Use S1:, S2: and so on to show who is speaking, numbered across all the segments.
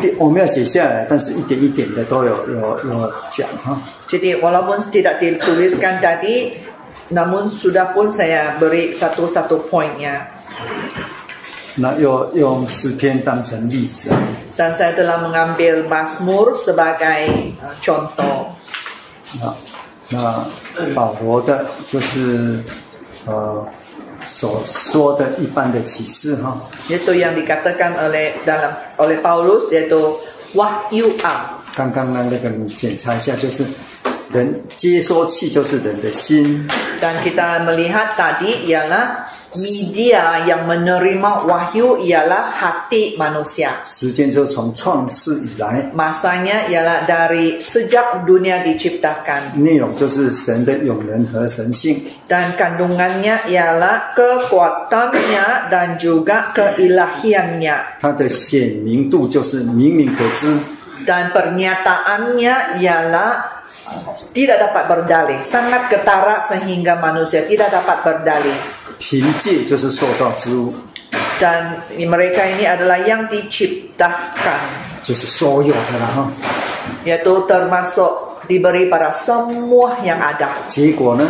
S1: 点我们要写下来，但是一点一点的都有有有讲哈。
S2: Jadi walaupun tidak dituliskan tadi, namun sudah pun saya beri satu-satu poinnya.
S1: 那又用诗篇当成例子啊，
S2: Dan saya telah mengambil Mazmur sebagai uh, contoh.
S1: 那那保罗的就是呃所说的一般的启示哈。
S2: Itu yang dikatakan oleh dalam oleh Paulus yaitu wahyu am.
S1: 刚刚呢，那个你检查一下，就是人接收器就是人的心，
S2: Dan kita melihat tadi ialah media yang menerima wahyu ialah hati manusia.
S1: 时间就从创世以来，
S2: Masanya ialah dari sejak dunia diciptakan
S1: 内容就是神的永人和神性。
S2: dan kandungannya ialah kekuatannya dan juga keilahiannya
S1: 它的显明度就是明明可知，
S2: dan pernyataannya ialah tidak dapat berdalih sangat ketara sehingga manusia tidak dapat berdalih
S1: 凭借就是塑造之物，
S2: dan mereka ini adalah yang diciptakan
S1: 就是所有的了哈。
S2: yaitu termasuk diberi pada semua yang ada
S1: 结果呢，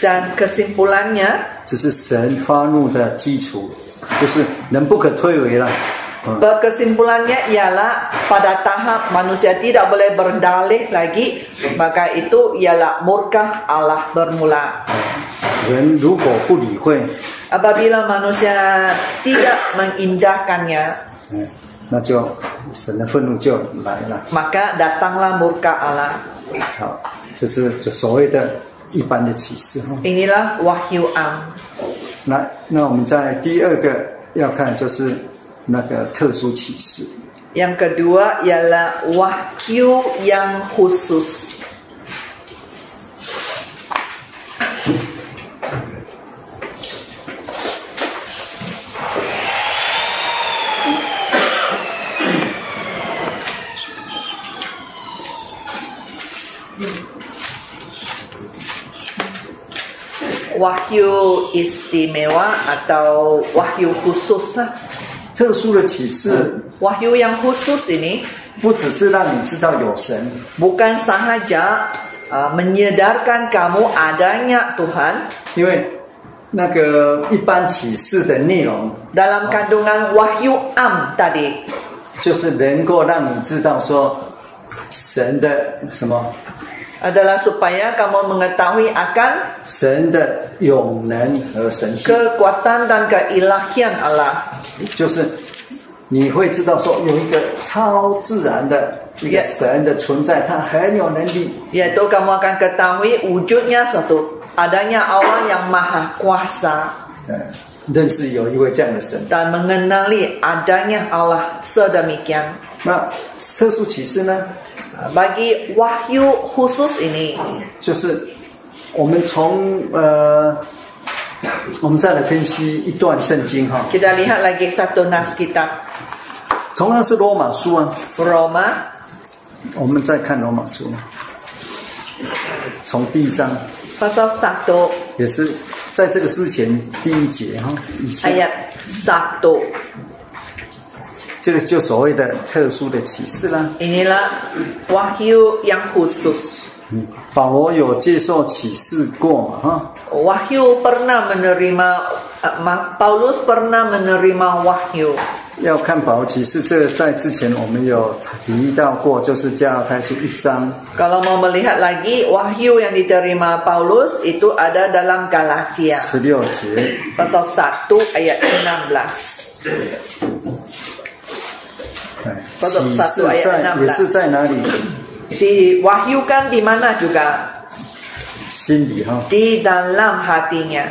S2: dan kesimpulannya
S1: 这是神发怒的基础，就是人不可推诿了。嗯，
S2: Kesimpulannya ialah pada tahap manusia tidak boleh berdalih lagi maka itu ialah murka Allah bermula.
S1: 呃人如果不理会，
S2: Apabila manusia tidak mengindahkannya
S1: 嗯，那就神的愤怒就来了。
S2: maka datanglah murka Allah.
S1: 好，这是就所谓的一般的启示哈。
S2: Inilah wahyu am.
S1: 那那我们在第二个要看就是那个特殊启示，
S2: Yang kedua ialah wahyu yang khusus. wahyu istimewa atau wahyu khusus lah.
S1: 特殊的启示
S2: Wahyu yang khusus ini
S1: 不只是让你知道有神，
S2: bukan sahaja uh, menyedarkan kamu adanya Tuhan
S1: 因为那个一般启示的内容
S2: dalam kandungan wahyu am tadi
S1: 就是能够让你知道说神的什么，
S2: adalah supaya kamu mengetahui akan
S1: 神的永能和神性，
S2: kekuatan dan keilahian Allah
S1: 就是你会知道说有一个超自然的一个
S2: Yeah
S1: 神的存在，他很有能力。
S2: yaitu kamu akan ketahui wujudnya suatu adanya Allah yang maha kuasa
S1: 嗯，认识有一位这样的神。
S2: dan mengenali adanya Allah sedemikian
S1: 那特殊启示呢，
S2: bagi wahyu khusus ini
S1: 就是我们从呃，我们再来分析一段圣经哈，
S2: kita lihat lagi satu nas kitab
S1: 同样是罗马书啊，
S2: Roma
S1: 我们再看罗马书，从第一章
S2: pasal 1
S1: 也是在这个之前第一节哈，以前
S2: ayat 1.
S1: 这个就所谓的特殊的启示啦。
S2: Inilah wahyu yang khusus.
S1: 嗯，保罗有接受启示过嘛哈，
S2: Wahyu pernah menerima eh, ma- Paulus pernah menerima wahyu.
S1: 要看保罗启示这个在之前我们有提到过，就是加拉太书一章
S2: Kalau mau melihat lagi wahyu yang diterima Paulus itu ada dalam Galatia
S1: 十六节。
S2: pasal 1 ayat 16.
S1: 哎
S2: 或者
S1: 启
S2: 撒
S1: 示
S2: 出来
S1: 在
S2: 那
S1: 也是在哪里？
S2: Diwahyukan di mana juga?
S1: 心里哈。
S2: Di dalam hatinya.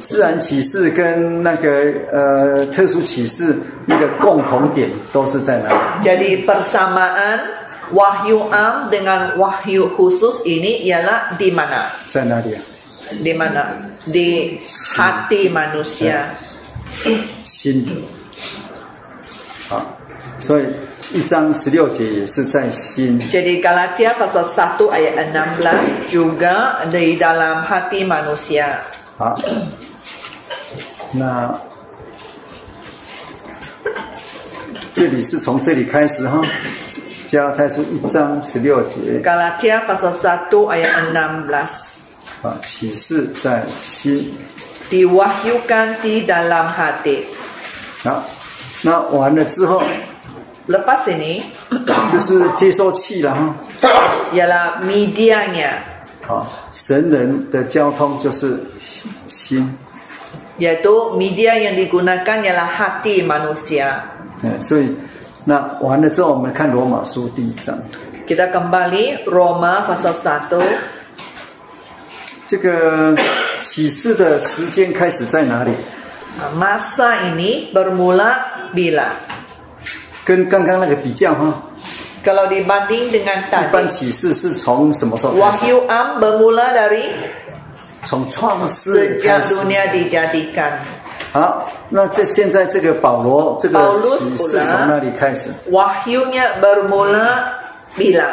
S1: 自然启示跟那个呃特殊启示那个共同点都是在哪里？
S2: Jadi persamaan wahyu am dengan wahyu khusus ini ialah di mana?
S1: 在哪里啊？
S2: di mana di hati manusia
S1: 心里。好，所以一章十六节也是在心。
S2: jadi Galatia pasal 1 ayat 16 juga di dalam hati manusia
S1: 好，那这里是从这里开始哈，加拉太书一章十六节
S2: Galatia pasal 1 ayat 16.
S1: 啊，启示在心
S2: Diwahyukan di dalam hati.
S1: 啊。那完了之后
S2: Lepas ini
S1: 就是接收器了哈。
S2: ialah medianya
S1: 啊，神人的交通就是心，
S2: yaitu media yang digunakan ialah hati manusia.
S1: 嗯，所以那完了之后，我们看罗马书第一章，
S2: Kita kembali Roma pasal 1.
S1: 这个启示的时间开始在哪里？
S2: Masa ini bermula bila?
S1: 跟刚刚那个比较哈，
S2: Kalau dibanding dengan
S1: 一般
S2: tadi
S1: 启示是从什么时候开始？
S2: Wahyu am bermula dari
S1: 从创世开
S2: sejak
S1: 始。
S2: dunia dijadikan.
S1: 好，那这现在这个保罗这
S2: 保
S1: 个
S2: 罗
S1: 启示
S2: 死了
S1: 从哪里开始？
S2: Wahyunya bermula bila?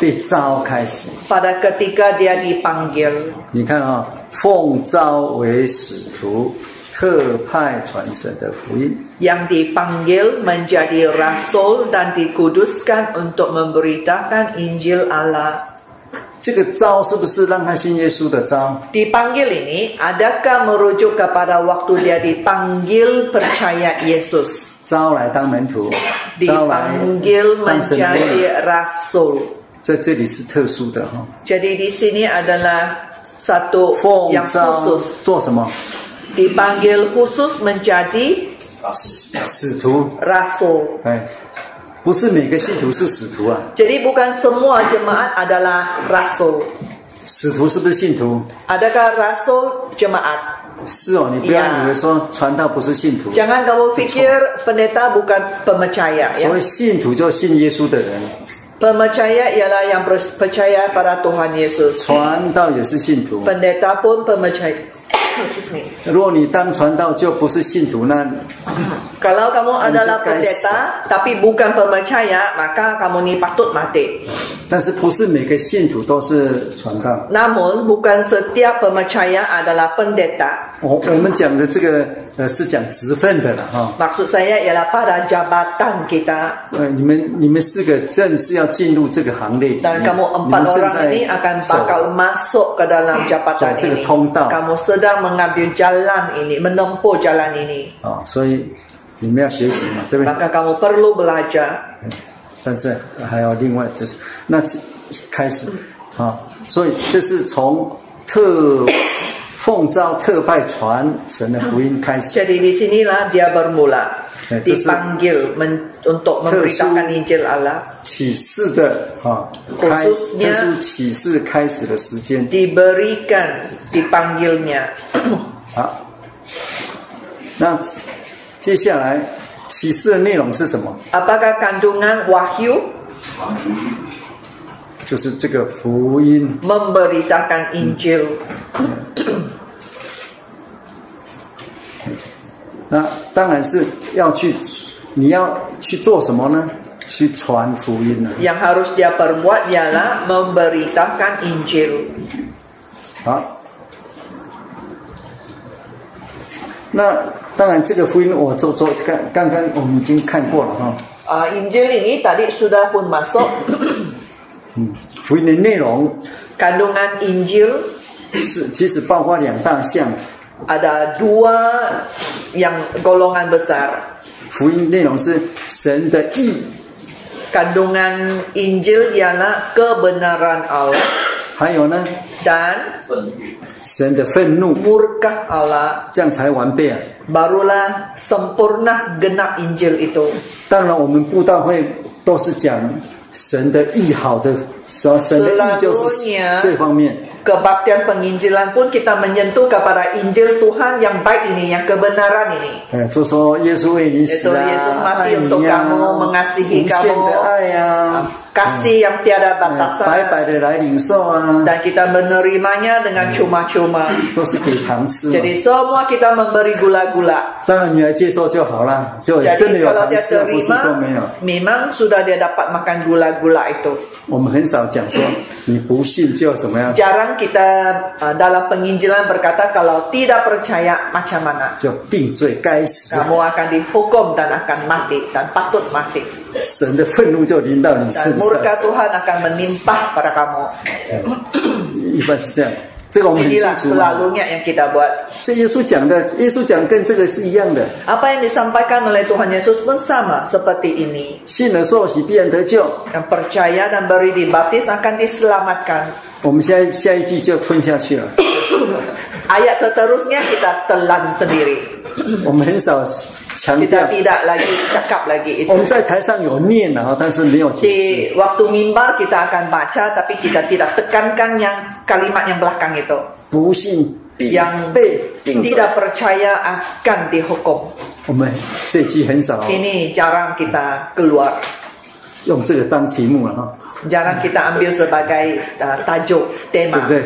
S1: 被召开始。
S2: Pada ketika dia dipanggil.
S1: 你看啊、奉召为使徒，特派传神的福音。
S2: Yang dipanggil menjadi rasul dan dikuduskan untuk memberitakan Injil Allah.
S1: 这个招是不是让他信耶稣的招？
S2: Dipanggil ini adakah merujuk kepada waktu dia dipanggil percaya Yesus?
S1: 招来当门徒，招来
S2: Dipanggil
S1: 当神的人。
S2: menjadi rasul.
S1: 在这里是特殊的哈、
S2: Jadi di sini adalah satu
S1: 奉
S2: yang
S1: 召
S2: khusus.
S1: 做什么？
S2: Dipanggil khusus menjadi
S1: 使徒，
S2: rasul.
S1: 哎，不是每个信徒是使徒啊，
S2: Jadi bukan semua jemaat adalah rasul.
S1: 使徒是不是信徒？
S2: Adakah rasul jemaat?
S1: 是哦，你不要
S2: 呀
S1: 以为说传道不是信徒，
S2: Jangan kamu pikir pendeta bukan pemecaya.
S1: 所
S2: Ya.
S1: 谓信徒就信耶稣的人，
S2: Pemecaya ialah yang pers- percaya pada Tuhan Yesus.
S1: 传道也是信徒。
S2: Pendeta pun pemecaya.
S1: 如果你当传道就不是信徒，那
S2: Kalau kamu adalah
S1: Menjaga isi.
S2: pendeta tapi bukan pemecaya, maka kamu ni patut mati.
S1: 但是不是每个信徒都是传道？
S2: Namun bukan setiap pemecaya adalah pendeta.
S1: 我我们讲的这个呃是讲职分的了哈。
S2: Maksud saya ialah pada jabatan kita
S1: 呃，你们你们四个正是要进入这个行列里
S2: Dan
S1: 面，
S2: kamu
S1: 你
S2: empat
S1: 们正
S2: orang
S1: 在
S2: ini akan
S1: 走
S2: bakal masuk ke dalam jabatan
S1: So, 这个
S2: ini.
S1: 通道。
S2: Kamu sedang mengambil jalan ini, menempuh jalan ini.
S1: 啊、所以你们要学习嘛，对不对？
S2: Maka kamu perlu belajar.
S1: 但是还有另外就是那起开始啊，所以这是从特奉召特派传神的福音开始，
S2: Jadi di sinilah dia bermula.
S1: Eh, itu se-
S2: Dipanggil men- untuk
S1: Tersu-
S2: memberitakan Injil Allah.
S1: 启示的啊，开
S2: 口述
S1: 特殊启示开始的时间
S2: Diberikan, dipanggilnya.
S1: 啊。那接下来启示的内容是什么？
S2: Apakah kandungan wahyu
S1: 就是这个福音
S2: memberitakan Injil?
S1: 那当然是要去，你要去做什么呢？去传福音啊呢、
S2: Yang harus dia perbuat ialah memberitakan Injil.
S1: 好，那当然这个福音我做做刚刚刚我们已经看过了哈，
S2: Ah, Injil ini tadi sudah pun masuk
S1: 福音的内容
S2: kandungan Injil
S1: 是其实包括两大项，
S2: ada dua yang golongan besar.
S1: 福音内容是神的义，
S2: Kandungan Injil ialah kebenaran Allah
S1: 还有呢
S2: dan
S1: 神的愤怒，
S2: murkah Allah.
S1: 这样才完备啊。
S2: Barulah sempurna genap Injil itu.
S1: 当然我们布道会都是讲神的义好的，说神的义就是这方面。
S2: Kebaktian penginjilan pun kita menyentuh kepada Injil Tuhan yang baik ini, yang kebenaran ini.
S1: 呃，就说耶稣为你死啊，
S2: 耶稣
S1: 爱
S2: mati
S1: 你啊
S2: untuk
S1: 呀、
S2: kamu,
S1: 无
S2: mengasihi
S1: 限
S2: kamu.
S1: 的爱呀、啊，
S2: Ah, Kasih yang tiada
S1: 呃白
S2: batasan.
S1: 白的来领受啊，
S2: dan kita menerimanya dengan cuma-cuma.
S1: 都是给糖吃嘛。
S2: Jadi semua kita memberi gula-gula.
S1: 当然你来接受就好啦，就真的
S2: Jadi
S1: 有
S2: kalau
S1: 糖
S2: dia
S1: 吃，不是
S2: terima,
S1: 说没有。Hmm.
S2: memang sudah dia dapat makan gula-gula itu.
S1: 我们很少少讲说你不信就怎么样，
S2: Jarang kita uh, dalam penginjilan berkata kalau tidak percaya macam mana.
S1: 就定罪该死，
S2: Kamu akan dihukum dan akan mati dan patut mati.
S1: 神的愤怒就临到你
S2: Dan
S1: 身
S2: murka
S1: 上。
S2: Tuhan akan menimpah pada kamu.
S1: 嗯一般是这样，这个我们很清
S2: Inilah
S1: 楚嘛。
S2: selalunya yang kita buat.
S1: 这耶稣讲的，耶稣讲跟这个是一样的，
S2: Apa yang disampaikan oleh Tuhan Yesus pun sama seperti ini.
S1: 信了受洗必然得救。
S2: Yang percaya dan beri dibaptis akan diselamatkan.
S1: 我们下一下一句就吞下去了。
S2: Ayat seterusnya kita telan sendiri.
S1: 我们很少强调，
S2: Kita tidak lagi cakap lagi itu.
S1: 我们在台上有念然后，但是没有解释。
S2: Di waktu mimbar kita akan baca tapi kita tidak tekankan yang kalimat yang belakang itu.
S1: 不信必
S2: Yang
S1: 被定罪。
S2: tidak percaya akan dihukum.
S1: 我们这句很少哦
S2: Ini jarang kita keluar.
S1: 用这个当题目了哈，
S2: Jarang kita ambil sebagai uh, tajuk,
S1: 对不
S2: tema,
S1: 对？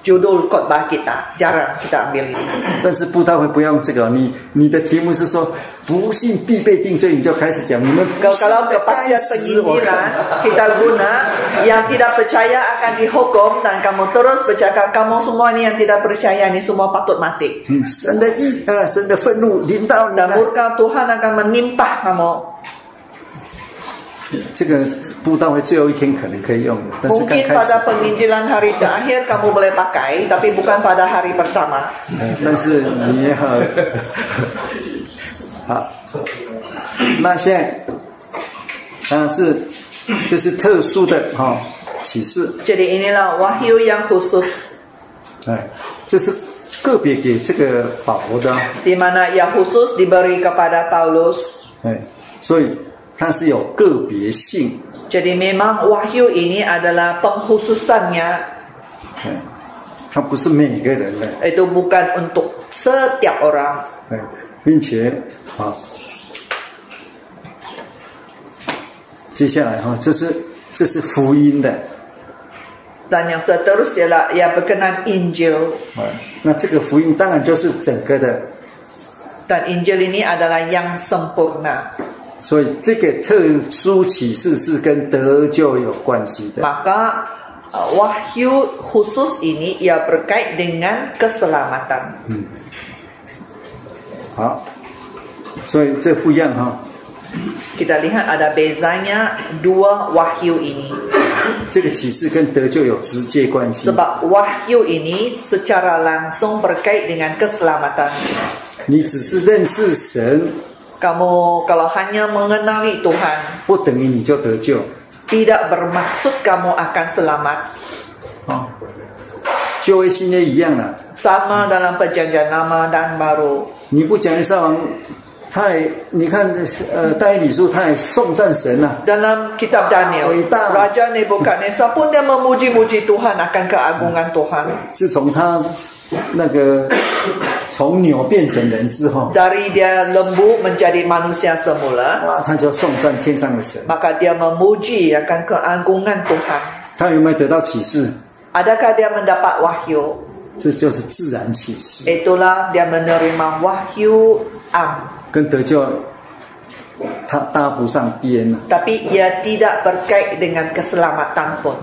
S2: judul khotbah kita. Jarang kita ambil ini.
S1: 但是布道会不用这个，哦你你的题目是说不信必被定罪，你就开始讲你们不
S2: Kalau,
S1: 信
S2: kalau
S1: 的
S2: kepastian
S1: 死我
S2: penginjilan kita guna yang tidak percaya akan dihukum dan kamu terus bercakap kamu semua ini yang tidak percaya ini semua patut mati.
S1: 嗯神的意呃神的愤怒临到你
S2: Dan
S1: 了，
S2: murka Tuhan akan menimpah kamu.
S1: 这个布道会最后一天可能可以用，但是刚
S2: Mungkin
S1: 开始
S2: pada，penginjilan hari terakhir kamu boleh pakai, tapi bukan pada hari pertama.
S1: 呃但是你也好， 好，那现在当然是就是特殊的哈、启示，
S2: Jadi inilah wahyu yang khusus,
S1: 哎，就是个别给这个保罗的啊。
S2: di mana yang khusus diberi kepada Paulus.
S1: 哎，所以它是有个别性，
S2: Jadi memang wahyu ini adalah pengkhususannya.
S1: 哎，它不是每个人的，
S2: Itu bukan untuk setiap orang.
S1: 哎，并且啊，接下来哈、这是这是福音的，
S2: Dan yang seterusnya ialah yang berkenan Injil.
S1: 哎，那这个福音当然就是整个的，
S2: Dan Injil ini adalah yang sempurna.
S1: 所以这个特殊启示是跟得救有关系
S2: 啊
S1: 的，
S2: Maka uh, wahyu khusus ini ia berkait dengan keselamatan.
S1: 好，所以这不一样哈、
S2: Kita lihat ada bezanya dua wahyu ini.
S1: 这个启示跟得救有直接关系。
S2: Sebab wahyu ini secara langsung berkait dengan keselamatan.
S1: 你只是认识神，
S2: Kamu kalau hanya mengenali Tuhan,
S1: 不等于你就得救。
S2: tidak bermaksud kamu akan selamat.
S1: 啊，旧约新约一样了。
S2: Sama dalam perjanjian lama dan baru.
S1: 你不讲一下王，他也你看呃，大卫李书他也颂赞神啊了、
S2: Dalam kitab Daniel,
S1: Berita.
S2: Raja Nebukadnezar pun dia memuji-muji Tuhan akan keagungan Tuhan.
S1: 自从他那个从牛变成人之后，
S2: Dari dia lembu menjadi manusia semula,
S1: 哇，他就颂赞天上的神。
S2: maka dia memuji akan keagungan Tuhan.
S1: 他有没有得到启示？
S2: Adakah dia mendapat wahyu?
S1: 这就是自然启示，
S2: Itulah dia menerima wahyu am.
S1: 跟得救他搭不上边啊了。
S2: Tapi ia tidak berkait dengan keselamatan pun.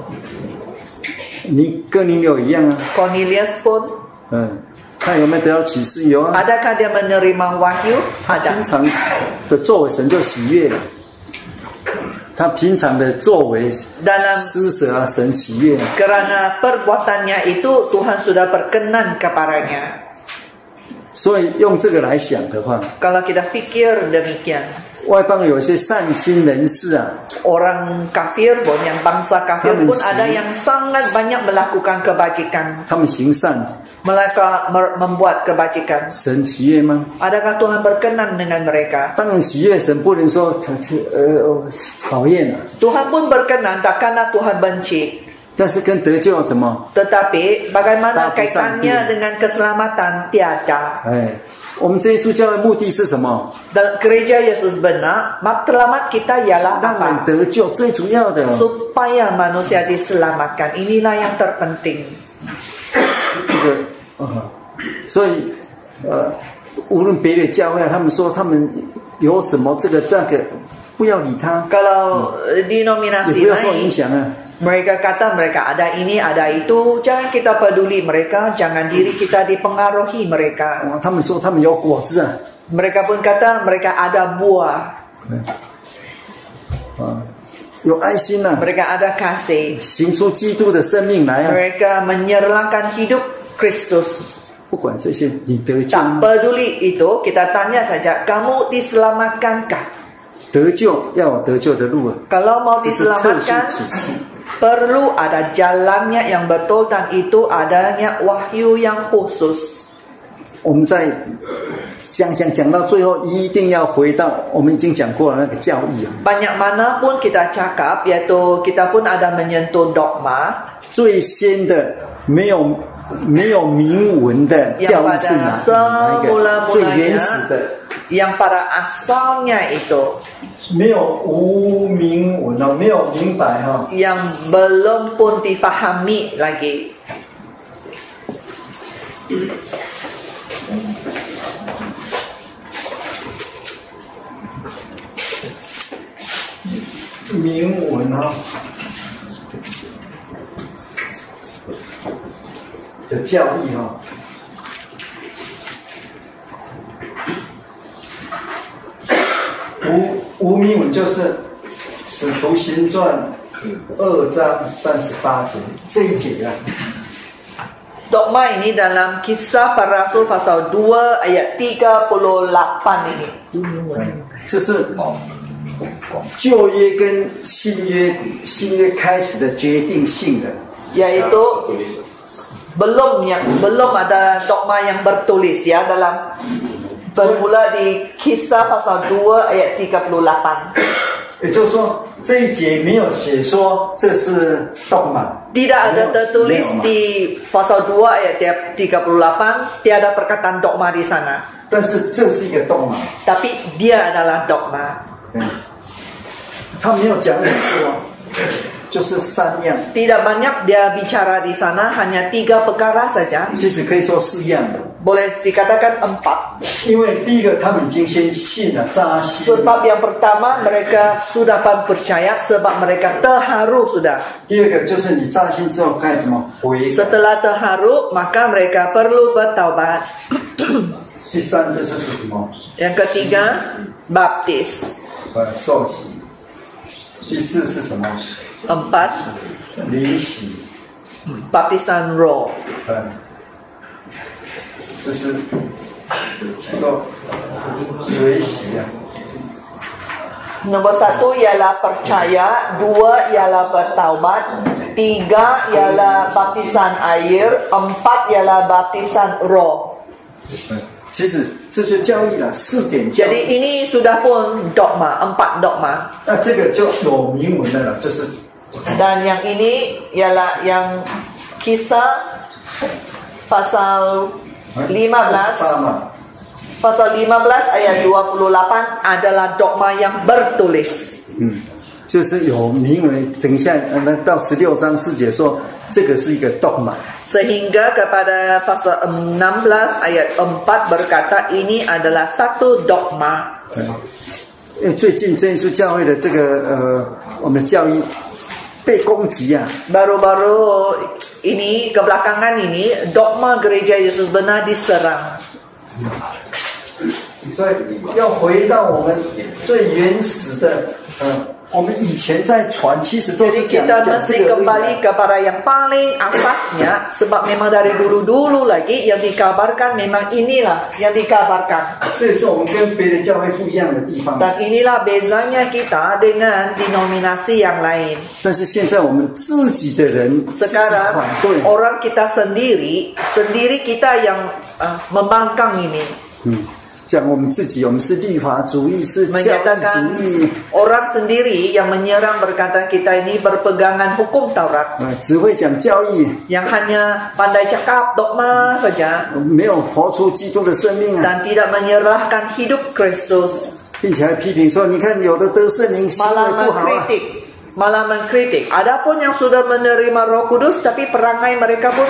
S1: 你跟你有一样啊，
S2: Cornelius pun,
S1: 嗯，他有没有得到启示？有啊，
S2: adakah dia menerima wahyu?
S1: 他平
S2: Ada.
S1: 常的作为神就喜悦了，他平常的作为
S2: Dalam
S1: 施舍啊，神喜悦啊。
S2: kerana perbuatannya itu Tuhan sudah berkenan kepadanya.
S1: 所以用这个来想的话，
S2: Kalau kita pikir demikian,
S1: 外邦有一些善心人士啊，
S2: orang kafir pun, yang bangsa kafir
S1: Amin.
S2: pun ada yang sangat banyak melakukan kebajikan.
S1: 他们行善，
S2: Mereka mer- membuat kebajikan.
S1: 神喜悦吗？
S2: Adakah Tuhan berkenan dengan mereka?
S1: 当然喜悦，神不能说他他呃讨厌啊。
S2: Tuhan pun berkenan tak karena Tuhan benci.
S1: 但是跟得救怎么？
S2: Tetapi bagaimana
S1: Tak pisang
S2: kaitannya
S1: dia.
S2: dengan keselamatan? Tiada.
S1: 哎，我们这一出教的目的是什么？
S2: Dan gereja Yesus benar, matlamat kita ialah
S1: 让
S2: apa?
S1: 人得救最主要的，
S2: Supaya manusia diselamatkan. Inilah yang terpenting.
S1: 这个，呃，所以，呃，无论别的教会啊，他们说他们有什么这个这个，不要理他，
S2: Kalau
S1: 也
S2: eh, denominasi
S1: 不要受影
S2: lain,
S1: 响啊。
S2: Mereka kata mereka ada ini, ada itu. Jangan kita peduli mereka, jangan diri kita dipengaruhi mereka.
S1: 哦，他们说他们有果子啊，
S2: Mereka pun kata mereka ada buah,
S1: 啊，有爱心呐、啊，
S2: mereka ada kasih.
S1: 行出基督的生命来啊！
S2: Mereka menyerahkan hidup Kristus.
S1: 不管这些，你得救，
S2: Tak peduli itu, kita tanya saja, kamu diselamatkankah?
S1: 得救要有得救的路啊，
S2: Kalau mau
S1: 这是特殊
S2: diselamatkan,
S1: 启示。
S2: perlu ada jalannya yang betul dan itu adanya wahyu yang khusus.
S1: 我们在讲讲讲到最后，一定要回到我们已经讲过的那个教义啊，
S2: Banyak mana pun kita cakap, yaitu kita pun ada menyentuh dogma
S1: 最先的没有没有明文的
S2: yang
S1: 教义是哪
S2: pada
S1: 哪一个？最原
S2: semula-mulanya,
S1: 始的，
S2: yang pada asalnya itu,
S1: 没有无明文哦，没有明白哈、哦。
S2: yang belum pun difahami lagi.
S1: 铭文啊的教义哈、无无铭文就是《使徒行传》二章三十八节这一节啊，
S2: Dogma ini dalam kisah para rasul pasal 2 ayat 38 ini.
S1: 这是旧约跟新约新约开始的决定性的。
S2: Yaitu belum yang belum ada dogma yang bertulis ya dalam bermula di kisah pasal 2 ayat 38.
S1: 也就是说，这一节没有写说这是动漫，
S2: Tidak ada
S1: 没有
S2: tertulis
S1: 没有嘛
S2: di pasal 2 ayat tiap- 38 tiada perkataan dogma di sana.
S1: 但是这是一个动漫，
S2: Tapi dia adalah dogma.
S1: 嗯，他没有讲很多，就是三样，
S2: Tidak banyak dia bicara di sana hanya tiga perkara saja.
S1: 其实可以说四样的，
S2: Boleh dikatakan empat
S1: 因为第一个他们已经先信了扎西，
S2: Sebab yang pertama mereka sudah percaya sebab mereka terharu sudah.
S1: 第二个就是你扎心之后该怎么回，
S2: Setelah terharu maka mereka perlu bertaubat.
S1: 第三这就是什么
S2: Yang ketiga baptis.
S1: 呃受洗，第四是什么
S2: Empat
S1: 离洗，
S2: baptisan roh.
S1: 呃，就是说水洗啊。
S2: Nomor satu ialah percaya, dua ialah bertaubat, tiga ialah baptisan air, empat ialah baptisan roh.
S1: 嗯其实这就教义了，四点教义。
S2: Jadi ini sudah pun dogma, empat dogma.
S1: 那这个就有铭文的了，就是，
S2: Dan yang ini ialah yang kisah pasal
S1: 嗯
S2: 15
S1: 八嘛，
S2: pasal 15 ayat 28 adalah dogma yang bertulis.
S1: 嗯，就是有铭文。等一下，呃那到十六章师姐说，这个是一个动嘛，
S2: Sehingga kepada pasal 16 ayat 4 berkata ini adalah satu dogma.
S1: 嗯因为最近真耶稣教会的这个呃，我们的教义被攻击啊，
S2: Baru-baru ini kebelakangan ini dogma gereja Yesus benar diserang.
S1: 所以要回到我们最原始的，嗯，我们以前在传，其实都
S2: Jadi
S1: 是讲
S2: kita
S1: 讲
S2: mesti
S1: 这个未
S2: kembali
S1: 来。
S2: kepada yang paling asasnya sebab memang dari dulu-dulu lagi yang dikabarkan memang inilah yang dikabarkan.
S1: 这也是我们跟别的教会不一样的地方。
S2: Dan inilah bezanya kita dengan denominasi yang lain.
S1: 但是现在我们自己的人自己
S2: Sekarang
S1: 反对，
S2: orang kita sendiri, sendiri kita yang ah, membangkang ini
S1: 嗯，讲我们自己，我们是立法主义，是教义
S2: menyatakan
S1: 主义，
S2: orang sendiri yang menyerang berkata kita ini berpegangan hukum Taurat
S1: 呃，只会讲教义，
S2: yang hanya pandai cakap dogma saja.
S1: 没有活出基督的生命啊，
S2: dan tidak menyerahkan hidup Kristus
S1: 并且还批评说，你看有的得圣灵行
S2: malah
S1: 为不好啊，
S2: mengkritik malah mengkritik adapun yang sudah menerima Roh Kudus tapi perangai mereka pun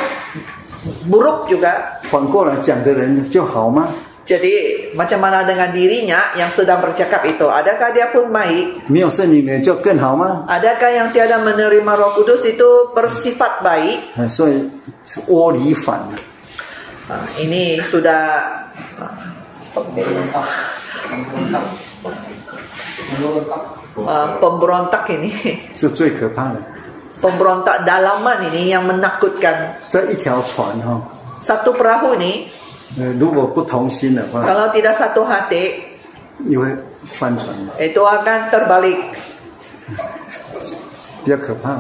S2: buruk juga
S1: 反过来讲的人就好吗？
S2: Jadi macam mana dengan dirinya yang sedang bercakap itu? Adakah dia pun baik?
S1: 没有圣灵的就更好吗？
S2: Adakah yang tiada menerima Roh Kudus itu bersifat baik?
S1: 哎，所以窝里反了。
S2: Ah, ini sudah Ah, pemberontak ini,
S1: 这最可怕的，
S2: pemberontak dalaman ini yang menakutkan.
S1: 这一条船哈、哦，
S2: Satu perahu ini
S1: 呃，如果不同心的话，
S2: kalau tidak satu hati
S1: 你会翻船的，
S2: itu akan terbalik,
S1: 比较可怕。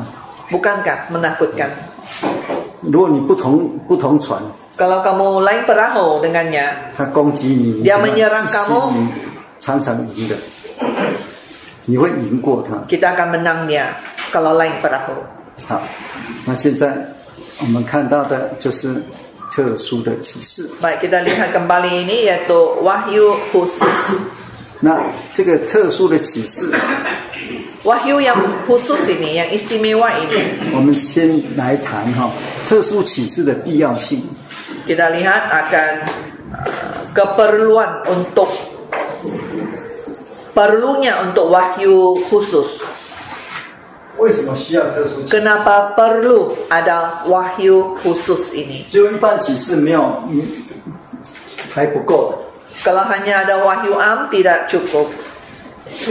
S2: bukankah menakutkan?
S1: 如果你不同不同船，
S2: Kalau kamu lain perahu dengannya,
S1: 他攻击你，你
S2: 要
S1: 怎么
S2: 么你让
S1: 一心
S2: 高
S1: 你常常赢的，你会赢过他。
S2: kita akan menangnya kalau lain perahu.
S1: 好，那现在我们看到的就是特殊的启示。
S2: Baik, kita lihat kembali ini yaitu wahyu khusus.
S1: 那这个特殊的启示，
S2: Wahyu yang khusus ini, yang istimewa ini.
S1: 我们先来谈哈、特殊启示的必要性。
S2: Kita lihat akan uh, keperluan untuk perlunya untuk wahyu khusus.
S1: 为什么需要特殊启示？
S2: Kenapa perlu ada wahyu khusus ini?
S1: 只有一般启示没有，嗯，还不够的。
S2: Kalau hanya ada wahyu am tidak cukup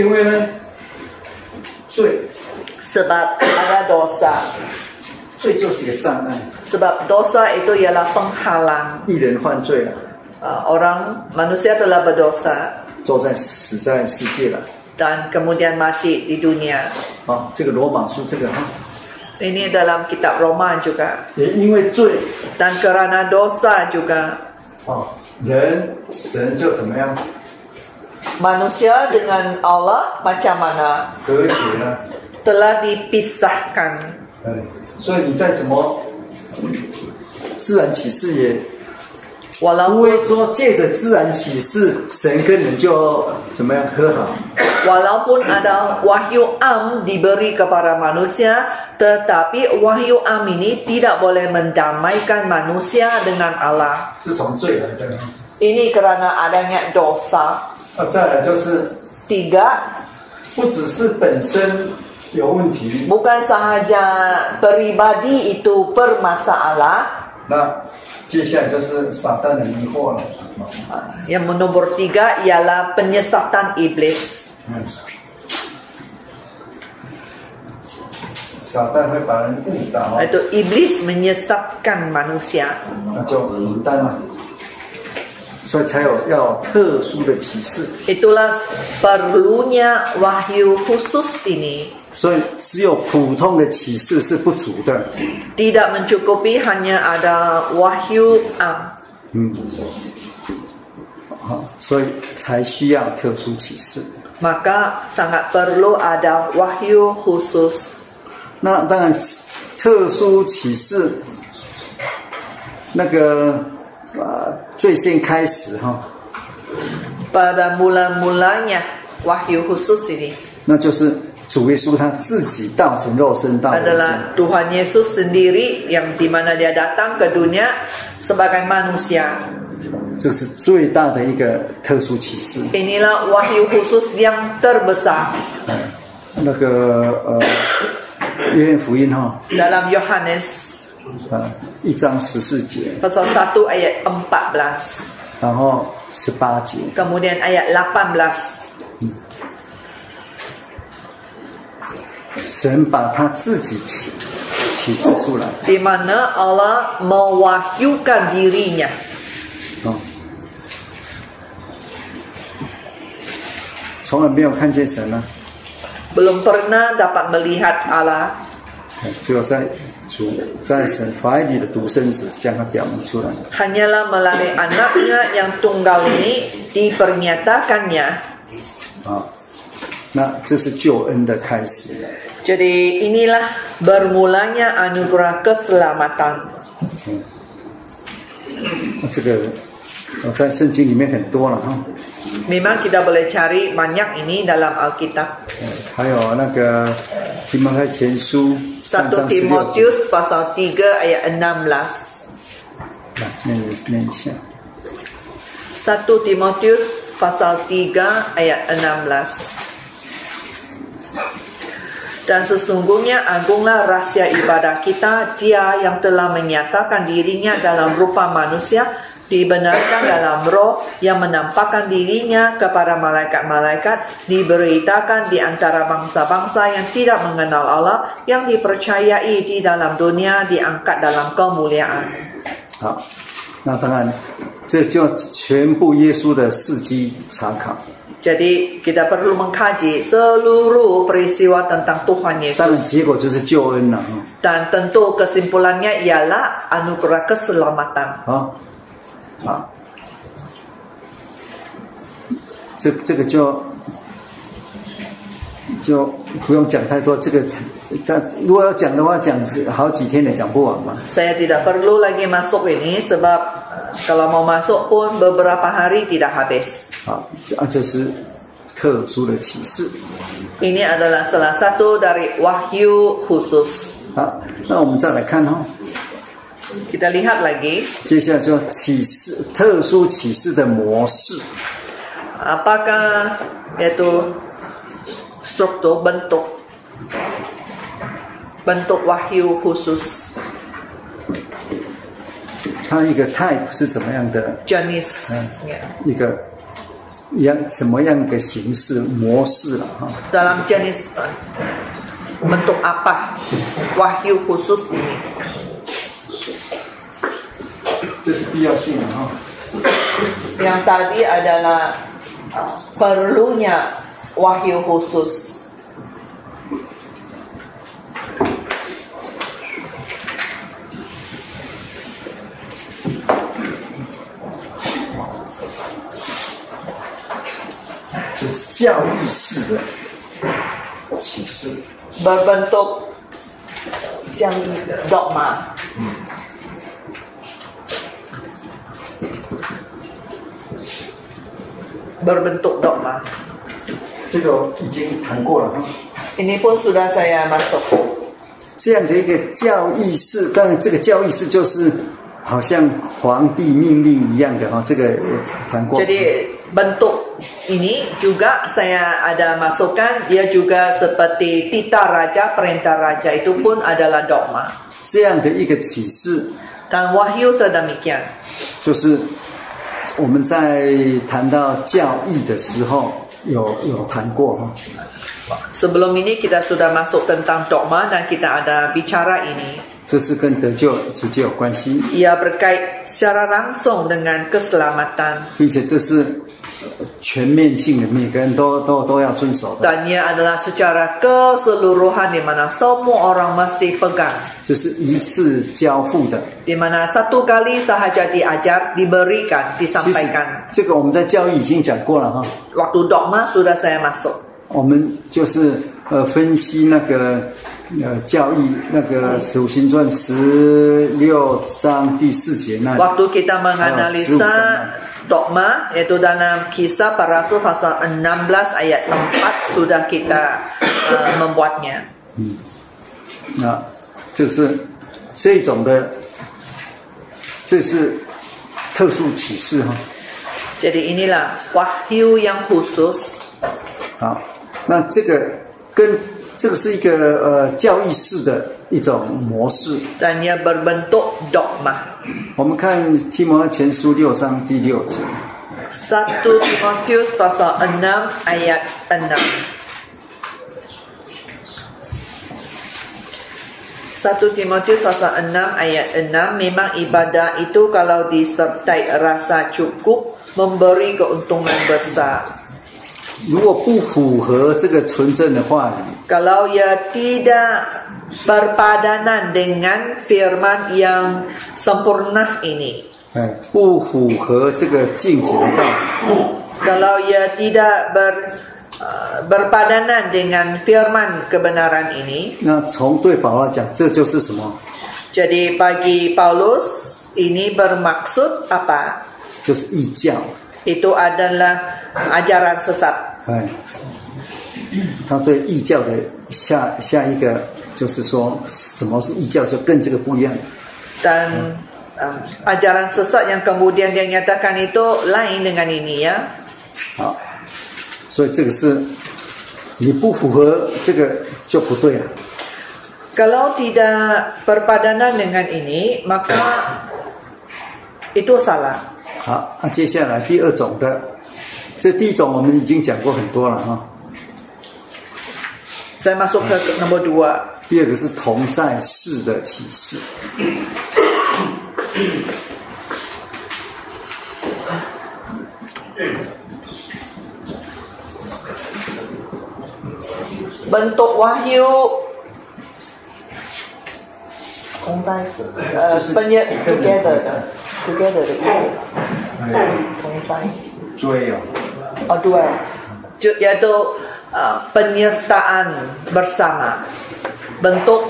S1: 因为呢，罪
S2: sebab ada dosa.
S1: 罪就是一个障碍，
S2: Sebab dosa itu ialah penghalang
S1: 一人犯罪了，
S2: Uh, orang manusia telah berdosa
S1: 坐在死在世界了。
S2: dan kemudian mati di dunia.
S1: 啊，这个罗马书这个哈，
S2: Ini dalam kitab Roma juga.
S1: 也因为罪
S2: Dan kerana dosa juga
S1: 啊，人神就怎么样
S2: manusia dengan Allah macam mana
S1: 隔绝了。
S2: telah dipisahkan.
S1: 嗯，所以你再怎么嗯自然启示也，无
S2: Walau
S1: 非说借着自然启示，神跟人就怎么样和好。
S2: walaupun ada wahyu am diberi kepada manusia, tetapi wahyu am ini tidak boleh mendamaikan manusia dengan Allah.
S1: 是从罪来的。
S2: Ini kerana adanya dosa.
S1: 那再来就是，
S2: Tiga,
S1: 不只是本身有问题，
S2: Bukan sahaja peribadi itu bermasalah
S1: 那接下来就是撒旦的迷惑了。
S2: Yang nomor tiga ialah penyesatan iblis
S1: 嗯，撒旦会把人误导，哦
S2: Itu iblis menyesatkan manusia
S1: 那就完蛋了。所以才有要特殊的启示。
S2: Itulah perlunya wahyu khusus ini
S1: 所以只有普通的启示是不足的。
S2: Tidak mencukupi hanya ada wahyu am
S1: 嗯，好，所以才需要特殊启示。
S2: Maka sangat perlu ada wahyu khusus
S1: 那当然，特殊启示那个呃，最先开始哈、
S2: Pada mula-mulanya wahyu khusus ini
S1: 那就是主耶稣他自己道成肉身到人间。
S2: adalah Tuhan Yesus sendiri yang di mana dia datang ke dunia sebagai manusia.
S1: 这是最大的一个特殊启示。
S2: Inilah wahyu khusus yang terbesar
S1: 那个呃，约翰福音哈、
S2: dalam Yohanes
S1: 呃，一章十四节，
S2: pasal 1 ayat 14,
S1: 然后十八节，
S2: kemudian ayat 18.
S1: 神把他自己启启示出来
S2: Di mana Allah mewahyukan dirinya.
S1: 哦，从来没有看见神啊呢、
S2: Belum pernah dapat melihat Allah
S1: 哎只有在主在神怀里的独生子将他表明出来。
S2: Hanyalah melalui anaknya yang tunggal ini dipernyatakannya
S1: 啊，那这是救恩的开始。
S2: Jadi inilah bermulanya anugerah keselamatan
S1: 嗯，那这个我在圣经里面很多了啊哈、
S2: Memang kita boleh cari banyak ini dalam Alkitab.
S1: 嗯还有那个提摩太前书三
S2: 1
S1: 章十六节，
S2: Timotius pasal 3 ayat 16.
S1: 啊来念一念一下。
S2: 1 1 Timotius pasal 3 ayat 16. Dan sesungguhnya agunglah rahasia ibadah kita, dia yang telah menyatakan dirinya dalam rupa manusia, dibenarkan dalam roh yang menampakkan dirinya kepada malaikat-malaikat, diberitakan di antara bangsa-bangsa yang tidak mengenal Allah, yang dipercayai di dalam dunia, diangkat dalam kemuliaan.
S1: 好，那当然，这就全部耶稣的事迹查考。
S2: Jadi kita perlu mengkaji seluruh peristiwa tentang Tuhan
S1: 当然，
S2: Yesus
S1: 结果就是救恩了啊
S2: dan tentu kesimpulannya ialah anugerah keselamatan.！
S1: 好好，这这个就就不用讲太多。这个，但如果要讲的话，讲好几天也讲不完嘛。
S2: Saya tidak perlu lagi masuk ini sebab eh, kalau mau masuk pun beberapa hari tidak habis.
S1: 好，这啊，这是特殊的启示。
S2: Ini adalah salah satu dari wahyu khusus.
S1: 好，那我们再来看哈、哦。
S2: Kita lihat lagi
S1: 接下来就启示特殊启示的模式，
S2: apakah yaitu struktur bentuk bentuk wahyu khusus
S1: 它一个 type 是怎么样的
S2: jenisnya.
S1: 一个样什么样的形式模式了、哈。
S2: Dalam jenis eh, bentuk apa wahyu khusus ini?
S1: 这是必要性的哈、
S2: Yang tadi adalah uh, perlunya wahyu khusus.
S1: 就是教育式的启示，
S2: Berbentuk yang dogma. berbentuk dogma.
S1: 这个我已经谈过了哈。
S2: Ini pun sudah saya masuk.
S1: 这样的一个教义式，当然这个教义式就是好像皇帝命令一样的哈、这个也谈过。
S2: Jadi bentuk ini juga saya ada masukkan dia juga seperti tita raja perintah raja itu pun adalah dogma.
S1: 这样的一个启示，
S2: Dan wahyu sedemikian.
S1: 就是我们在谈到教义的时候，有有谈过哈。
S2: Sebelum ini kita sudah masuk tentang dogma dan kita ada bicara ini.
S1: 这是跟得救直接有关系，
S2: Ia berkait secara langsung dengan keselamatan
S1: 并且这是呃全面性的，每个人都都都要遵守的。
S2: dan ia adalah secara keseluruhan di mana semua orang mesti pegang.
S1: 这是一次交付的。
S2: Di mana satu kali sahaja diajar, diberikan,
S1: 其实
S2: disampaikan.
S1: 这个我们在教育已经讲过了哈，
S2: Waktu dogma sudah saya masuk.
S1: 我们就是呃分析那个呃教育那个《使徒行传》十六章第四节那里，
S2: Waktu kita menganalisa dogma yaitu dalam kisah para rasul pasal 16 ayat 4 sudah kita uh, membuatnya.
S1: 啊，就是这种的，这是特殊启示哈。
S2: Jadi inilah wahyu yang khusus
S1: 好，啊那这个跟这个是一个呃教育式的一种模式。
S2: dan ia berbentuk dogma.
S1: 我们看提摩太前书六章第六节，
S2: 1 Timotius pasal 6 ayat 6. 1 Timotius pasal 6 ayat 6 memang ibadah itu kalau disertai rasa cukup memberi keuntungan besar.
S1: 如果不符合这个纯正的话语，
S2: Kalau ia tidak berpadanan dengan firman yang sempurna ini.
S1: 哎，不符合这个敬虔的道理，
S2: Kalau ia tidak ber, uh, berpadanan dengan firman kebenaran ini.
S1: 那从对保罗讲，这就是什么？
S2: Jadi bagi Paulus ini bermaksud apa?
S1: 就是异教，
S2: Itu adalah ajaran sesat.
S1: 哎，他对异教的下下一个就是说什么是异教，就跟这个不一样。
S2: dan um, ajaran sesat yang kemudian dia nyatakan itu lain dengan ini ya.
S1: 啊，所以这个是你不符合这个就不对了。
S2: Kalau tidak berpadanan dengan ini, maka itu salah.
S1: 好，那、接下来第二种的，这第一种我们已经讲过很多了啊哈。
S2: Saya masuk ke nomor dua.
S1: 第二个是同在世的启示，
S2: bentuk wahyu uh, penye- together 的 together 的意思，同在
S1: 追哦，
S2: 哎哦对，就 yaitu uh, penyertaan bersama bentuk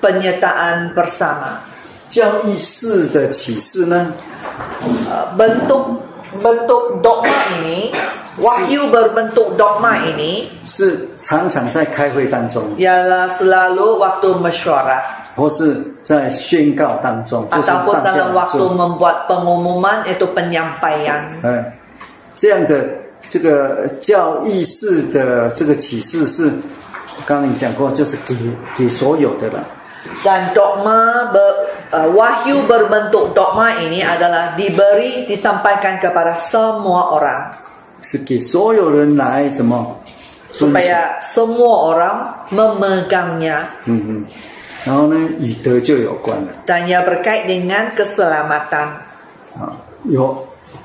S2: penyertaan bersama
S1: 教义式的启示呢，
S2: Uh, bentuk bentuk dogma ini wahyu berbentuk dogma ini
S1: 是常常在开会当中，
S2: ialah selalu waktu mesyuarat
S1: 或是在宣告当中，就是
S2: ataupun
S1: 大
S2: dalam
S1: 家
S2: waktu
S1: 做，
S2: membuat pengumuman itu penyampaian
S1: 哎，这样的这个教义式的这个启示是，刚刚你讲过，就是给给所有的了。
S2: Dan dogma ber, uh, wahyu berbentuk dogma ini adalah diberi disampaikan kepada semua orang
S1: 是给所有人来怎么遵守？
S2: supaya semua orang memegangnya
S1: 嗯嗯，然后呢，与德就有关了
S2: dan ia berkait dengan keselamatan
S1: 啊，有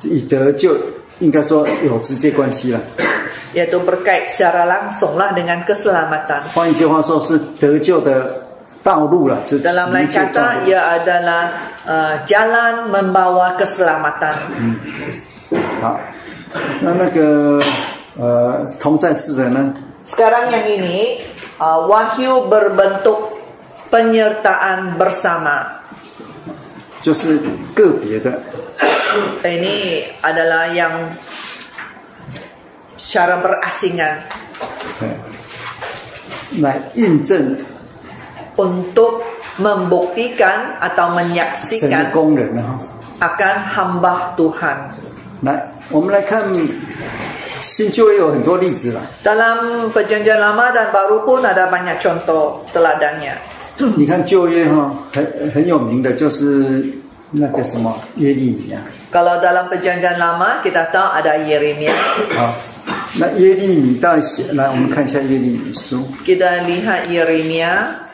S1: 与德就应该说有直接关系了。
S2: yaitu berkait secara langsunglah dengan keselamatan.
S1: 换一句话说，是得救的道路了，这
S2: Dalam lain
S1: 灵修道
S2: kata
S1: 路。
S2: ia adalah uh, jalan membawa keselamatan.
S1: 好，啊那那个呃，同在世人呢，
S2: Sekarang yang ini uh, wahyu berbentuk penyertaan bersama.
S1: 就是个别的，
S2: ini adalah yang secara berasingan
S1: 哎，来印证
S2: untuk membuktikan
S1: 神的
S2: atau menyaksikan
S1: 工人啊。
S2: akan hamba Tuhan.
S1: 来，我们来看新旧约有很多例子了。
S2: Dalam perjanjian lama dan baru pun ada banyak contoh teladannya.
S1: 你看旧约哈、很很有名的就是那个什么耶利米啊，
S2: Kalau dalam perjanjian lama kita tahu ada Yeremia.
S1: 好，那耶利米到底来我们看一下耶利米书，
S2: Kita lihat Yeremia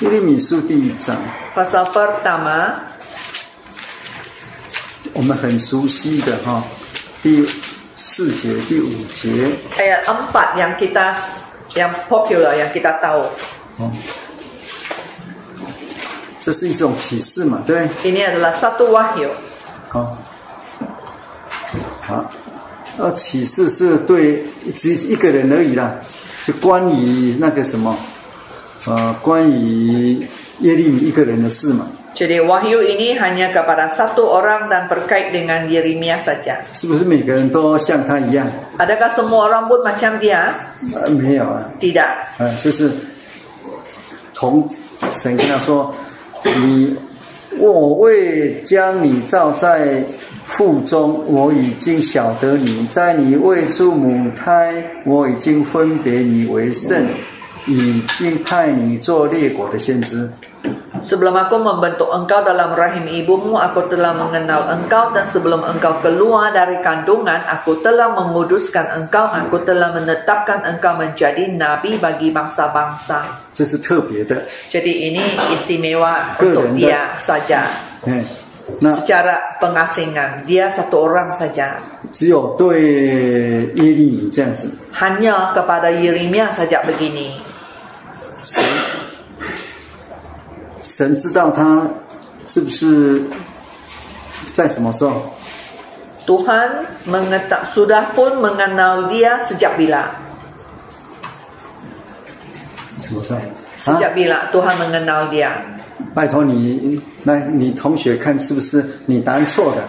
S1: 耶利米书第一章，
S2: pasal pertama
S1: 我们很熟悉的哈、第四节、第五节，
S2: ayat 4 yang kita yang popular yang kita tahu.
S1: 哦，这是一种启示嘛，对不对？
S2: Ini adalah satu wahyu
S1: 好，好，那啊启示是对只是一个人而已啦，就关于那个什么，呃，关于耶利米一个人的事嘛，
S2: Jadi wahyu ini hanya kepada satu orang dan berkait dengan Yeremia saja.
S1: 是不是每个人都像他一样？
S2: Adakah semua orang pun macam dia?
S1: 呃，没有啊，
S2: Tidak.
S1: 呃，就是同神跟他说，你我未将你造在腹中，我已经晓得你，在你未出母胎，我已经分别你为圣，已经派你做列国的先知。
S2: Sebelum aku membentuk engkau dalam rahim ibumu, aku telah mengenal engkau dan sebelum engkau keluar dari kandungan, aku telah menguduskan engkau, aku telah menetapkan engkau menjadi nabi bagi bangsa-bangsa.
S1: 这是特别的，
S2: Jadi ini istimewa
S1: Keren, tak?
S2: untuk dia saja.
S1: 嗯，那
S2: Secara pengasingan, dia satu orang saja.
S1: 只有对耶利米这样子，
S2: Hanya kepada Yeremia saja begini.
S1: 神神知道他是不是在什么时候。
S2: Tuhan mengetah, sudah pun mengenal dia sejak bila?
S1: 什么时候？啊，
S2: Sejak bila Tuhan mengenal dia?
S1: 拜托你，那你同学看是不是你答案错的？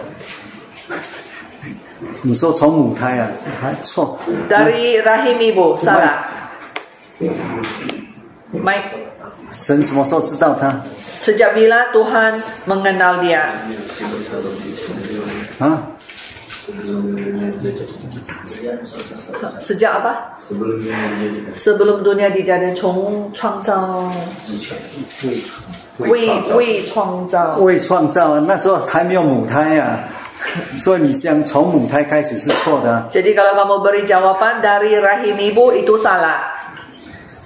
S1: 你说从母胎啊，还错。
S2: Dari rahim ibu, Sarah. Mike,
S1: 神什么时候知道他？
S2: Sejak bila Tuhan mengenal dia?
S1: 啊，
S2: Sejak apa?
S3: sebelum dia menjadi
S2: Sebelum dunia dijadikan 从创造
S3: 之前，未创
S2: 未
S3: 创造
S2: 未
S1: 未
S2: 创造，
S1: 创造啊，那时候还没有母胎呀、 所以你想从母胎开始是错的啊。
S2: Jadi kalau kamu beri jawaban dari rahim ibu itu salah.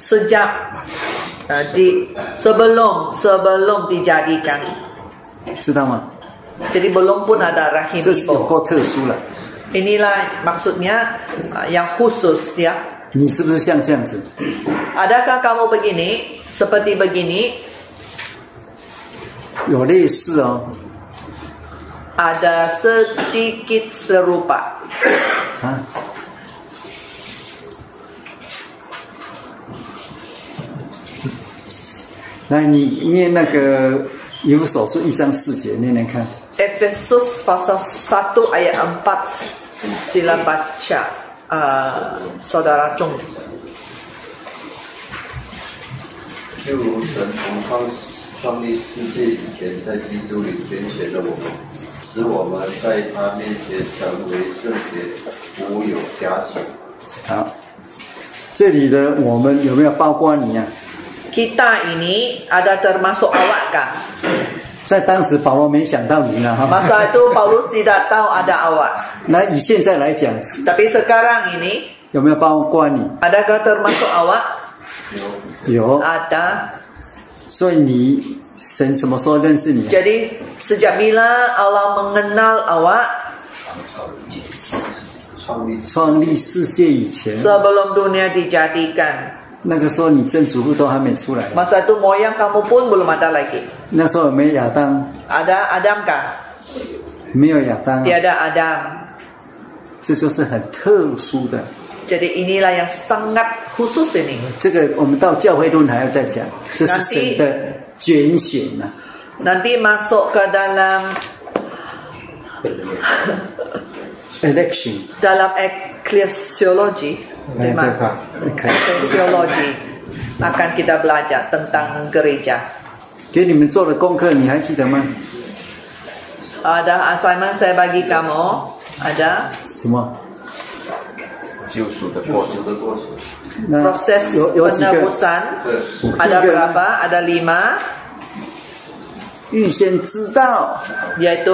S2: Sejak eh, di sebelum sebelum dijadikan.
S1: 知道吗？
S2: Jadi belum pun ada rahim
S1: 这是有
S2: ibu.
S1: 够特殊了。
S2: Inilah maksudnya eh, yang khusus ya.
S1: 你是不是像这样子？
S2: Adakah kamu begini seperti begini?
S1: 有类似哦，
S2: Ada sedikit serupa.
S1: 啊，来，你念那个《以弗所书》一章四节，念念看。
S2: Efesus pasal 1 ayat 4 Sila baca uh, Saudara Chung
S3: 就如神从创创立世界以前，在基督里拣选了我们，使我们在他面前成为圣洁，无有瑕疵。
S1: 好，这里的我们有没有包括你啊？
S2: Kita ini ada termasuk awak kah?
S1: 在当时保罗没想到你了哈，
S2: Masa itu Paulus tidak tahu ada awak
S1: 那以现在来讲，
S2: Tapi sekarang ini
S1: 有没有包括你？
S2: Adakah termasuk awak? 啊
S1: 有，
S2: Ada
S1: 所以你神什么时候认识你啊？
S2: Jadi sejak bila Allah mengenal awak
S3: 创立
S1: 创立世界以前，
S2: Sebelum dunia dijadikan
S1: 那个时候你正祖父都还没出来，
S2: Masa itu moyang kamu pun belum ada lagi
S1: 那时候有没有亚当，
S2: Ada Adam kah?
S1: 没有亚当、啊，
S2: Tiada Adam
S1: 这就是很特殊的。
S2: Jadi inilah yang sangat khusus ini.
S1: 这个我们到教会论还要再讲，这是神的拣选啊呐、
S2: Nanti masuk ke dalam
S1: e l e c t i o n
S2: dalam eklesiologi, tema
S1: OK，
S2: eklesiologi akan kita belajar tentang gereja.
S1: 给你们做的功课你还记得吗？
S2: Ada assignment saya bagi kamu, ada
S1: 什么？
S3: 救赎的过程的过程，
S1: 那
S2: proses
S1: 有有几个
S2: penebusan,
S3: 对，
S2: ada
S1: Tiga.
S2: berapa? Ada lima,
S1: 预先知道，
S2: yaitu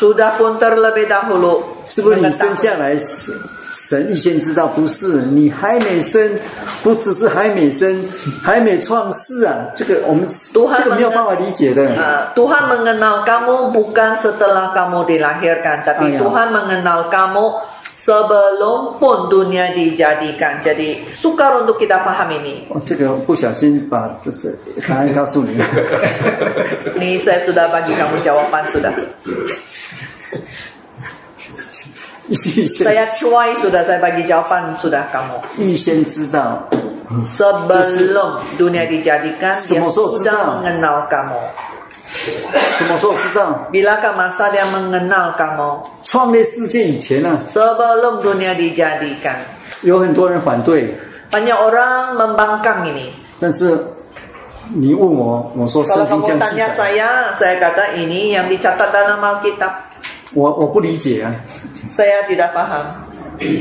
S2: sudah pun terlebih dahulu
S1: 是不是你生
S2: mengetahui.
S1: 下来是神预先知道？不是，你还没生，不只是还没生，还没创世啊！这个我们
S2: 都还
S1: 这个没有
S2: 没
S1: 办法理解的。
S2: Uh, Tuhan mengenal kamu bukan setelah kamu dilahirkan, tapi
S1: Iya.
S2: Tuhan mengenal kamu sebelum pun dunia dijadikan. Jadi sukar untuk kita faham ini.
S1: 我哦这个不小心把这这答案告诉你了。
S2: Ini saya sudah bagi kamu jawaban sudah.
S1: 预先
S2: Saya cuai sudah saya bagi jawaban sudah kamu.
S1: 预先知道，
S2: Sebelum dunia dijadikan, dia
S1: Semua sorts tahu.
S2: sudah mengenal kamu.
S1: 什么时候知道？
S2: Bilakah masa dia mengenal kamu?
S1: 创立世界以前呢、
S2: Sebelum dunia dijadikan.
S1: 有很多人反对，
S2: Banyak orang membangkang ini.
S1: 但是你问我，我说圣
S2: Kalau
S1: 经这
S2: kamu
S1: 样记
S2: tanya
S1: 载，
S2: saya, saya kata ini yang dicatat dalam Alkitab.
S1: 我我不理解啊，
S2: Saya tidak paham,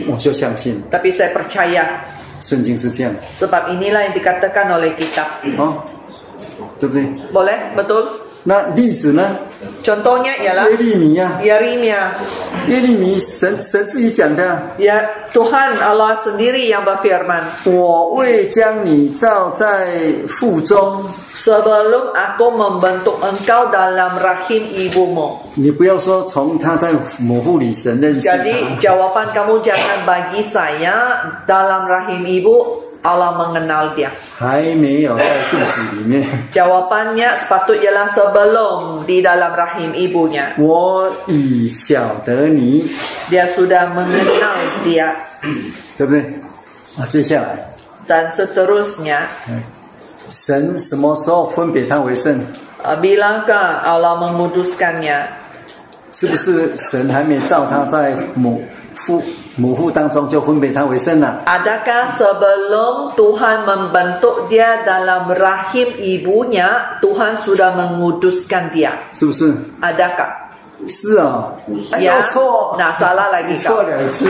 S1: 我就相信
S2: tapi saya percaya
S1: 圣经是这样，
S2: sebab inilah yang dikatakan oleh kitab.
S1: 哦，对不对？
S2: Boleh, betul?
S1: 那例子呢？
S2: Contohnya
S1: 耶
S2: ialah
S1: 利米呀、
S2: Yeremia.
S1: 耶利米神神自己讲的啊，
S2: Ya Tuhan Allah sendiri yang berfirman,
S1: 我未将你造在腹中，
S2: sebelum aku membentuk engkau dalam rahim ibumu.
S1: 你不要说从他在母腹里神认识
S2: Jadi
S1: 他，
S2: jawaban kamu jangan bagi saya dalam rahim ibu Allah mengenal dia.
S1: 还没有在肚子里面。
S2: Jawabannya sepatutnya ialah sebelum di dalam rahim ibunya.
S1: 我已晓得你，
S2: Dia sudah mengenal dia
S1: 对不对？啊，接下来，哎
S2: dan seterusnya.
S1: 神什么时候分别他为圣？
S2: eh, Bilakah Allah memuduskannya?
S1: 是不是神还没造他在母腹母腹当中就分别他为圣了。
S2: Adakah sebelum Tuhan membentuk dia dalam rahim ibunya, Tuhan sudah menguduskan dia?
S1: 是不是？
S2: Adakah?
S1: 是啊、哎呦，
S2: Ya.
S1: 又错，
S2: Nah, salah
S1: 你
S2: lagi
S1: 错
S2: kau.
S1: 两次。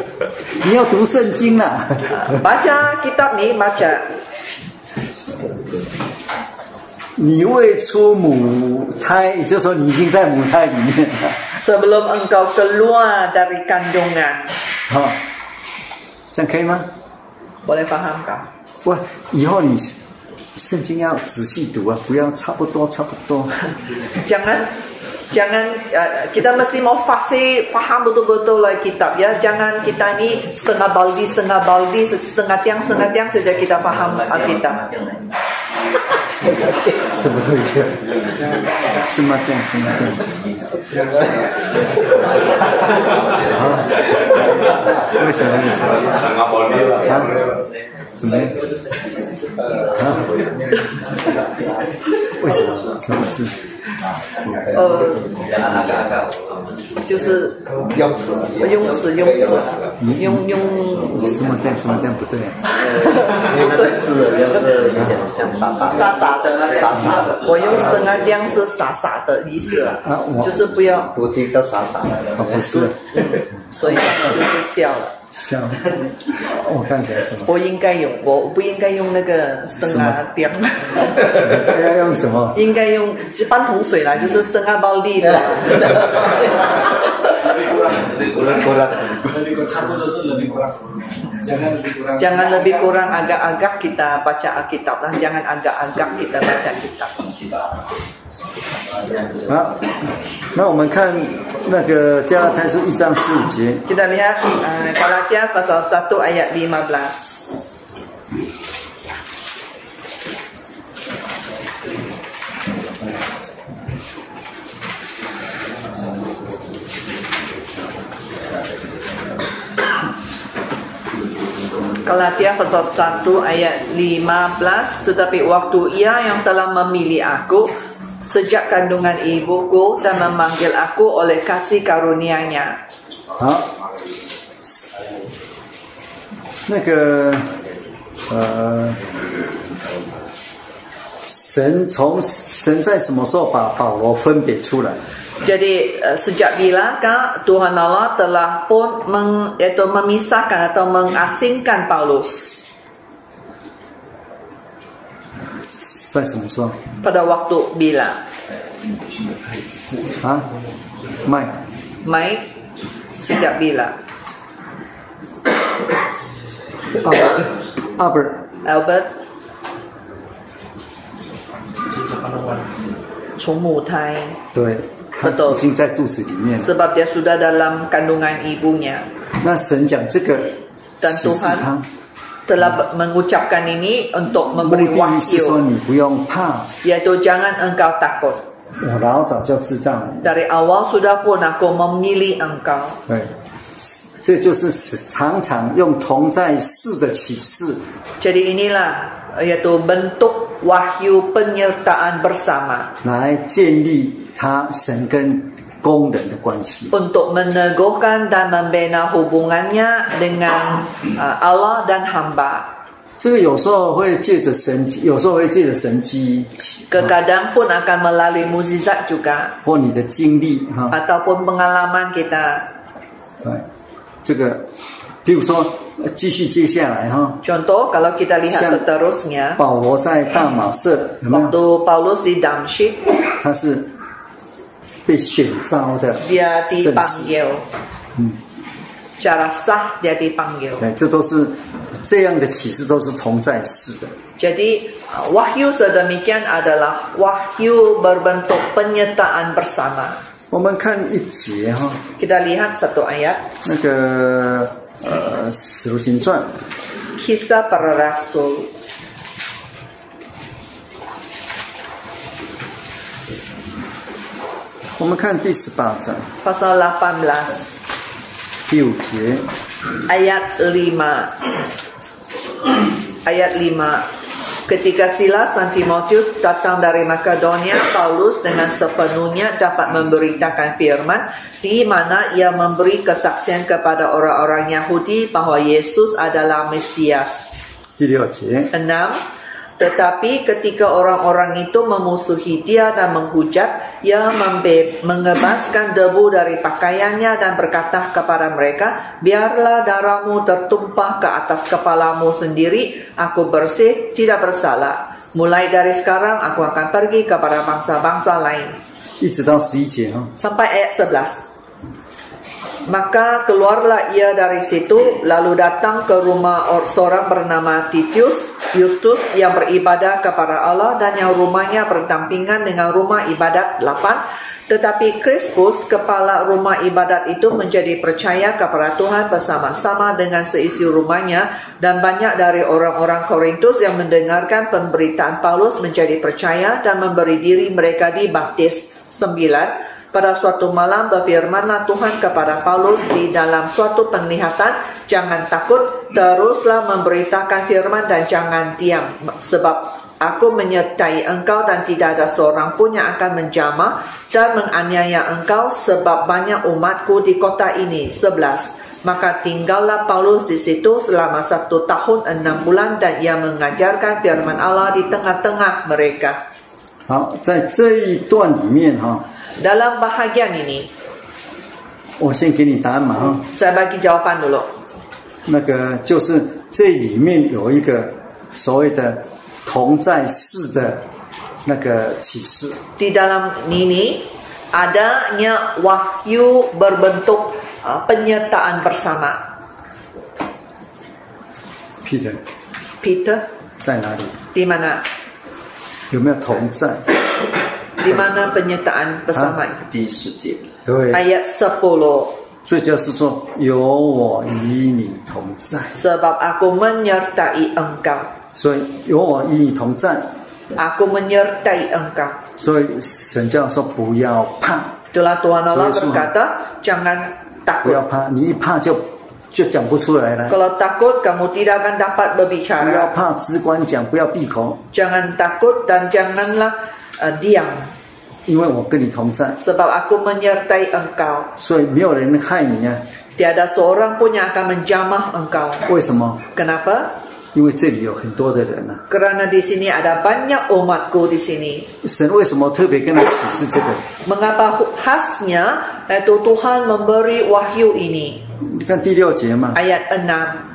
S1: 你要读圣经啊啦，
S2: Uh, Baca kitab ni, baca.
S1: 你未出母胎，也就是说你已经在母胎里面了。
S2: Sebelum engkau keluar dari kandungan.
S1: 好、哦这样可以吗？
S2: Boleh faham kau?
S1: 不，以后你圣经要仔细读啊，不要差不多差不多。
S2: Jangan jangan eh, kita mesti mau fasih faham betul-betul lah kitab ya. Jangan kita ni setengah baldi, setengah baldi, setengah tiang, setengah tiang saja kita faham eh, Alkitab.
S1: 什么东西？什么店？什么店？啊？为什么？为什么？啊？怎么？啊？为什么？什么事？
S2: 呃，就是用词，用词，用用
S1: 什么店？什么店不对？啊
S4: 那个字就是有点像傻傻的，
S2: 傻傻的那个，
S4: 傻傻的
S2: 我用整个量是傻傻的意思了，
S1: 啊我
S2: 就是不要，
S4: 读经都傻傻的。
S1: 啊，不是，
S2: 所以就是笑了。
S1: 像哦我看起来什么？
S2: 我应该用，我不应该用那个生啊 量，
S1: 哎要用什么？
S2: 应该用半桶水啦，就是生啊暴力的。
S5: lebih kurang satu dosen lebih kurang jangan lebih kurang
S2: Jangan lebih kurang agak-agak kita baca Alkitab lah, jangan agak-agak kita baca kitab.
S1: 好，啊那我们看那个加拉太书一章十五节，
S2: Kita lihat uh, Galatia pasal 1 ayat 15. Galatia pasal 1 ayat 15 tetapi waktu ia yang telah memilih aku sejak kandungan ibuku dan memanggil aku oleh kasih karunia-Nya
S1: 好，那个呃，神从神在什么时候把保罗分别出来？
S2: Jadi eh, sejak bilakah Tuhan Allah telah pun meng, iaitu memisahkan atau mengasingkan Paulus
S1: 在什么时候
S2: pada waktu bila?
S1: 啊？麦
S2: Mai sejak bila?
S1: 阿伯阿伯
S2: Albert 从母胎
S1: 对，他已经在肚子里面了。
S2: sebab dia sudah dalam kandungan ibunya
S1: 那神讲这个
S2: 但
S1: 启示
S2: 都
S1: 他，
S2: telah be- mengucapkan ini untuk
S1: 目
S2: memberi
S1: 的是说
S2: wahyu
S1: 你不用怕，
S2: iaitu jangan engkau takut
S1: 我老早就知道了。
S2: dari awal sudah pun aku memilih engkau
S1: 对，哎这就是使常常用同在式的启示
S2: Jadi inilah iaitu bentuk wahyu penyertaan bersama
S1: 来建立他神跟工人的关系。
S2: untuk meneguhkan dan membina hubungannya dengan uh, Allah dan hamba.
S1: 这个有时候会借着神迹，有时候会借着神机啊
S2: Kekadang pun akan melalui mukjizat juga
S1: 或你的经历哈，
S2: ataupun pengalaman kita.
S1: 对，这个，比如说呃继续接下来哈，
S2: Contoh kalau kita lihat
S1: Siang.
S2: seterusnya
S1: 保罗在大马色有没有？
S2: waktu Paulus di Damsyik
S1: 他是被选召的
S2: dia
S1: 正式，
S2: dipanggil. Secara sah dia dipanggil.
S1: 对，哎这都是这样的启示都是同在式的。
S2: Jadi uh, wahyu sedemikian adalah wahyu berbentuk penyertaan bersama.
S1: 我们看一节哈，
S2: Kita lihat satu ayat
S1: 那个呃《使徒行传》
S2: kisah para rasul
S1: 我们看第十八章
S2: pasal 18
S1: 第五节，
S2: ayat 5. Ayat 5 Ketika Silas dan Timotius datang dari Makedonia, Paulus dengan sepenuhnya dapat memberitakan firman di mana ia memberi kesaksian kepada orang-orang Yahudi bahwa Yesus adalah Mesias.
S1: 第六节，
S2: Enam, tetapi ketika orang-orang itu memusuhi dia dan menghujat, ia membe- mengebaskan debu dari pakaiannya dan berkata kepada mereka, biarlah darahmu tertumpah ke atas kepalamu sendiri, aku bersih, tidak bersalah. Mulai dari sekarang aku akan pergi kepada bangsa-bangsa lain.
S1: 一直到十一节哈。
S2: Sampai ayat 11. Maka keluarlah ia dari situ, lalu datang ke rumah or- seorang bernama Titius, Justus yang beribadah kepada Allah dan yang rumahnya berdampingan dengan rumah ibadat 8. Tetapi Crispus, kepala rumah ibadat itu menjadi percaya kepada Tuhan bersama-sama dengan seisi rumahnya dan banyak dari orang-orang Korintus yang mendengarkan pemberitaan Paulus menjadi percaya dan memberi diri mereka dibaptis. 9. Pada suatu malam berfirmanlah Tuhan kepada Paulus di dalam suatu penglihatan, jangan takut, teruslah memberitakan firman dan jangan diam, sebab Aku menyertai engkau dan tidak ada seorang pun yang akan menjamah dan menganiaya engkau sebab banyak umatku di kota ini. 11. Maka tinggallah Paulus di situ selama satu tahun enam bulan dan ia mengajarkan firman Allah di tengah-tengah mereka.
S1: 好，在这一段里面哈，
S2: Dalam bahagian ini,
S1: 我先给你答案嘛哈。
S2: saya bagi jawapan dulu.
S1: 那个就是这里面有一个所谓的同在世的那个启示，
S2: di dalam ini adanya wahyu berbentuk uh, penyertaan bersama.
S1: 彼得
S2: Peter,
S1: 在哪里？
S2: di mana?
S1: 有没有同在？
S2: Di mana penyertaan bersama?
S4: 第十节，
S1: 对，
S2: Ayat 10.
S1: 这就是说有我与你同在，
S2: Sebab aku menyertai engkau.
S1: 所以有我与你同在，
S2: Aku menyertai engkau.
S1: 所以神叫说不要怕，
S2: Itulah Tuhan Allah
S1: Yesus.
S2: berkata, jangan
S1: 不
S2: takut.
S1: 要怕，你一怕就就讲不出来了。
S2: Kalau takut kamu tidak akan dapat
S1: 不要
S2: berbicara.
S1: 怕，只管讲，不要闭口，
S2: Jangan takut dan janganlah uh, diam.
S1: 因为我跟你同在，
S2: Sebab aku menyertai engkau.
S1: 所以没有人害你啊。
S2: Tiada seorang pun yang akan menjamah engkau.
S1: 为什么？
S2: Kenapa?
S1: 因为这里有很多的人啊。
S2: Kerana di sini ada banyak umatku di sini.
S1: 神为什么特别跟他启示这个？
S2: Mengapa khasnya yaitu Tuhan memberi wahyu ini?
S1: 你看第六节嘛，
S2: Ayat 6.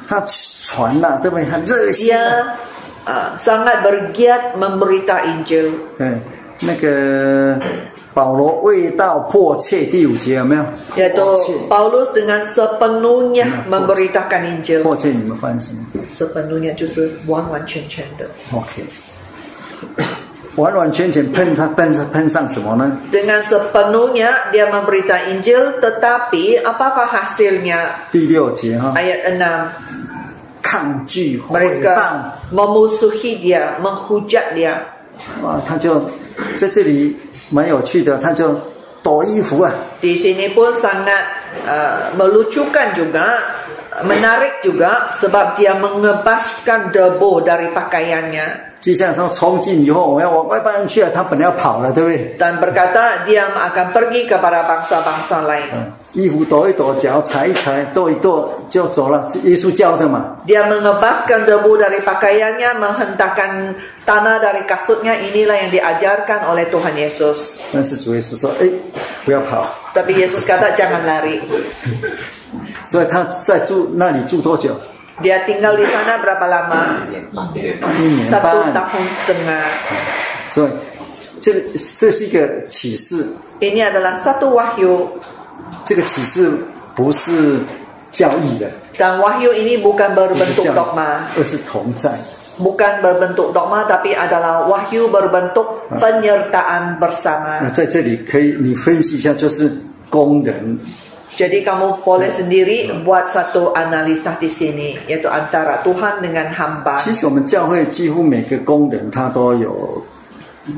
S1: 他传了、对不对？很热心、啊。
S2: Dia uh, sangat bergiat memberita Injil.
S1: 对，那个保罗为道迫切，第五节有没有？
S2: Yaitu
S1: 迫切，
S2: Paulus dengan sepenuhnya memberitakan Injil.
S1: 迫切，你们翻什么
S2: Sepenuhnya 就是完完全全的.
S1: ？OK，完完全全喷他喷他喷上什么呢？
S2: Dengan sepenuhnya dia memberita Injil tetapi apakah hasilnya?
S1: 第六节哈、
S2: Ayat 6.
S1: 抗拒毁
S2: mereka
S1: 谤。
S2: memusuhi dia, menghujat dia.
S1: 哇，他就在这里蛮有趣的，他就抖衣服啊，
S2: Di sini pun sangat uh, melucukan juga, menarik juga sebab dia mengebaskan debu dari pakaiannya
S1: 接下来他冲进以后，我要往外邦去啊，他本来要跑了，对不对？
S2: dan berkata dia akan pergi kepada bangsa-bangsa lain.
S1: 衣服抖一抖，脚踩一踩，跺一跺就走了，是耶稣教的嘛。
S2: Dia mengebaskan debu dari pakaiannya, menghentakkan tanah dari kasutnya. Inilah yang diajarkan oleh Tuhan Yesus.
S1: 但是主耶稣说：“哎，不要跑。
S2: Tapi Yesus kata jangan lari. ”
S1: 所以他在住那里住多久？
S2: Dia tinggal di sana berapa lama?
S1: 一年
S2: Satu
S1: 半。
S2: tahun setengah.
S1: 所以这个这是一个启示，
S2: Ini adalah satu wahyu
S1: 这个启示不是教义的，
S2: dan wahyu ini bukan
S1: 不是
S2: berbentuk
S1: 教义
S2: dogma,
S1: 而是同在。
S2: bukan berbentuk dogma tapi adalah wahyu berbentuk
S1: 那
S2: penyertaan bersama.
S1: 在这里可以，你分析一下，就是工人
S2: Jadi kamu boleh sendiri buat satu analisa di sini yaitu antara Tuhan dengan hamba.
S1: 其实我们教会几乎每个工人他都有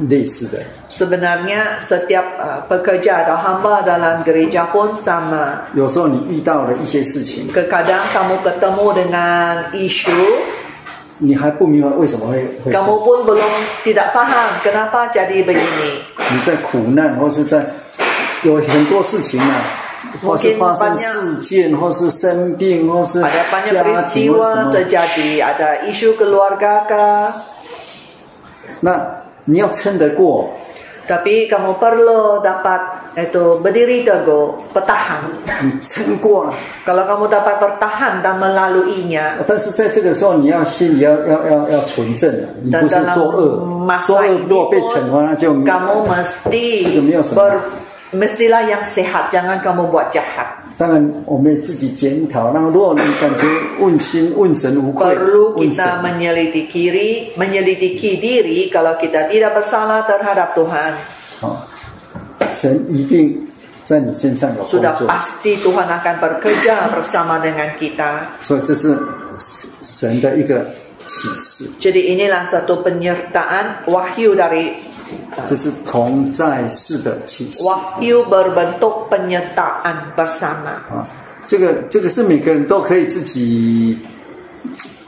S1: 类似的，
S2: Sebenarnya setiap uh, pekerja atau hamba dalam gereja pun sama.
S1: 有时候你遇到了一些事情，
S2: Kekadang kamu ketemu dengan isu
S1: 你还不明白为什么会会这
S2: Kamu
S1: 样，
S2: pun belum tidak paham kenapa jadi begini.
S1: 你在苦难或是在有很多事情啊，或是发生事件，或是生病，或是
S2: Ada banyak
S1: 家庭或
S2: peristiwa
S1: 是什么，
S2: terjadi, ada isu keluarga kah?
S1: 那你要撑得过，
S2: Tapi kamu perlu dapat itu berdiri teguh, bertahan.
S1: 你撑过了，
S2: Kalau kamu dapat bertahan dan melaluinya,
S1: 但是在这个时候你要心里要要要要纯正啊，你
S2: dan
S1: 不是
S2: dalam
S1: 作恶，作
S2: masa
S1: 恶
S2: ini
S1: 如果被惩罚那就
S2: pun kamu mesti
S1: Itu没有什么。
S2: ber, mestilah yang sehat, jangan kamu buat jahat.
S1: 当然，我们也自己检讨。那么，如果你感觉问心问神无愧，
S2: Perlu
S1: 问神
S2: kita menyelidiki diri, menyelidiki diri kalau kita tidak bersalah terhadap Tuhan.
S1: 啊，神一定在你身上有工
S2: Sudah
S1: 作，
S2: pasti Tuhan akan bekerja bersama dengan kita.
S1: 所以这是神的一个启示，
S2: Jadi inilah satu penyertaan wahyu dari
S1: 这是同在世的启示
S2: Wahyu berbentuk penyertaan bersama.
S1: 啊。这个这个是每个人都可以自己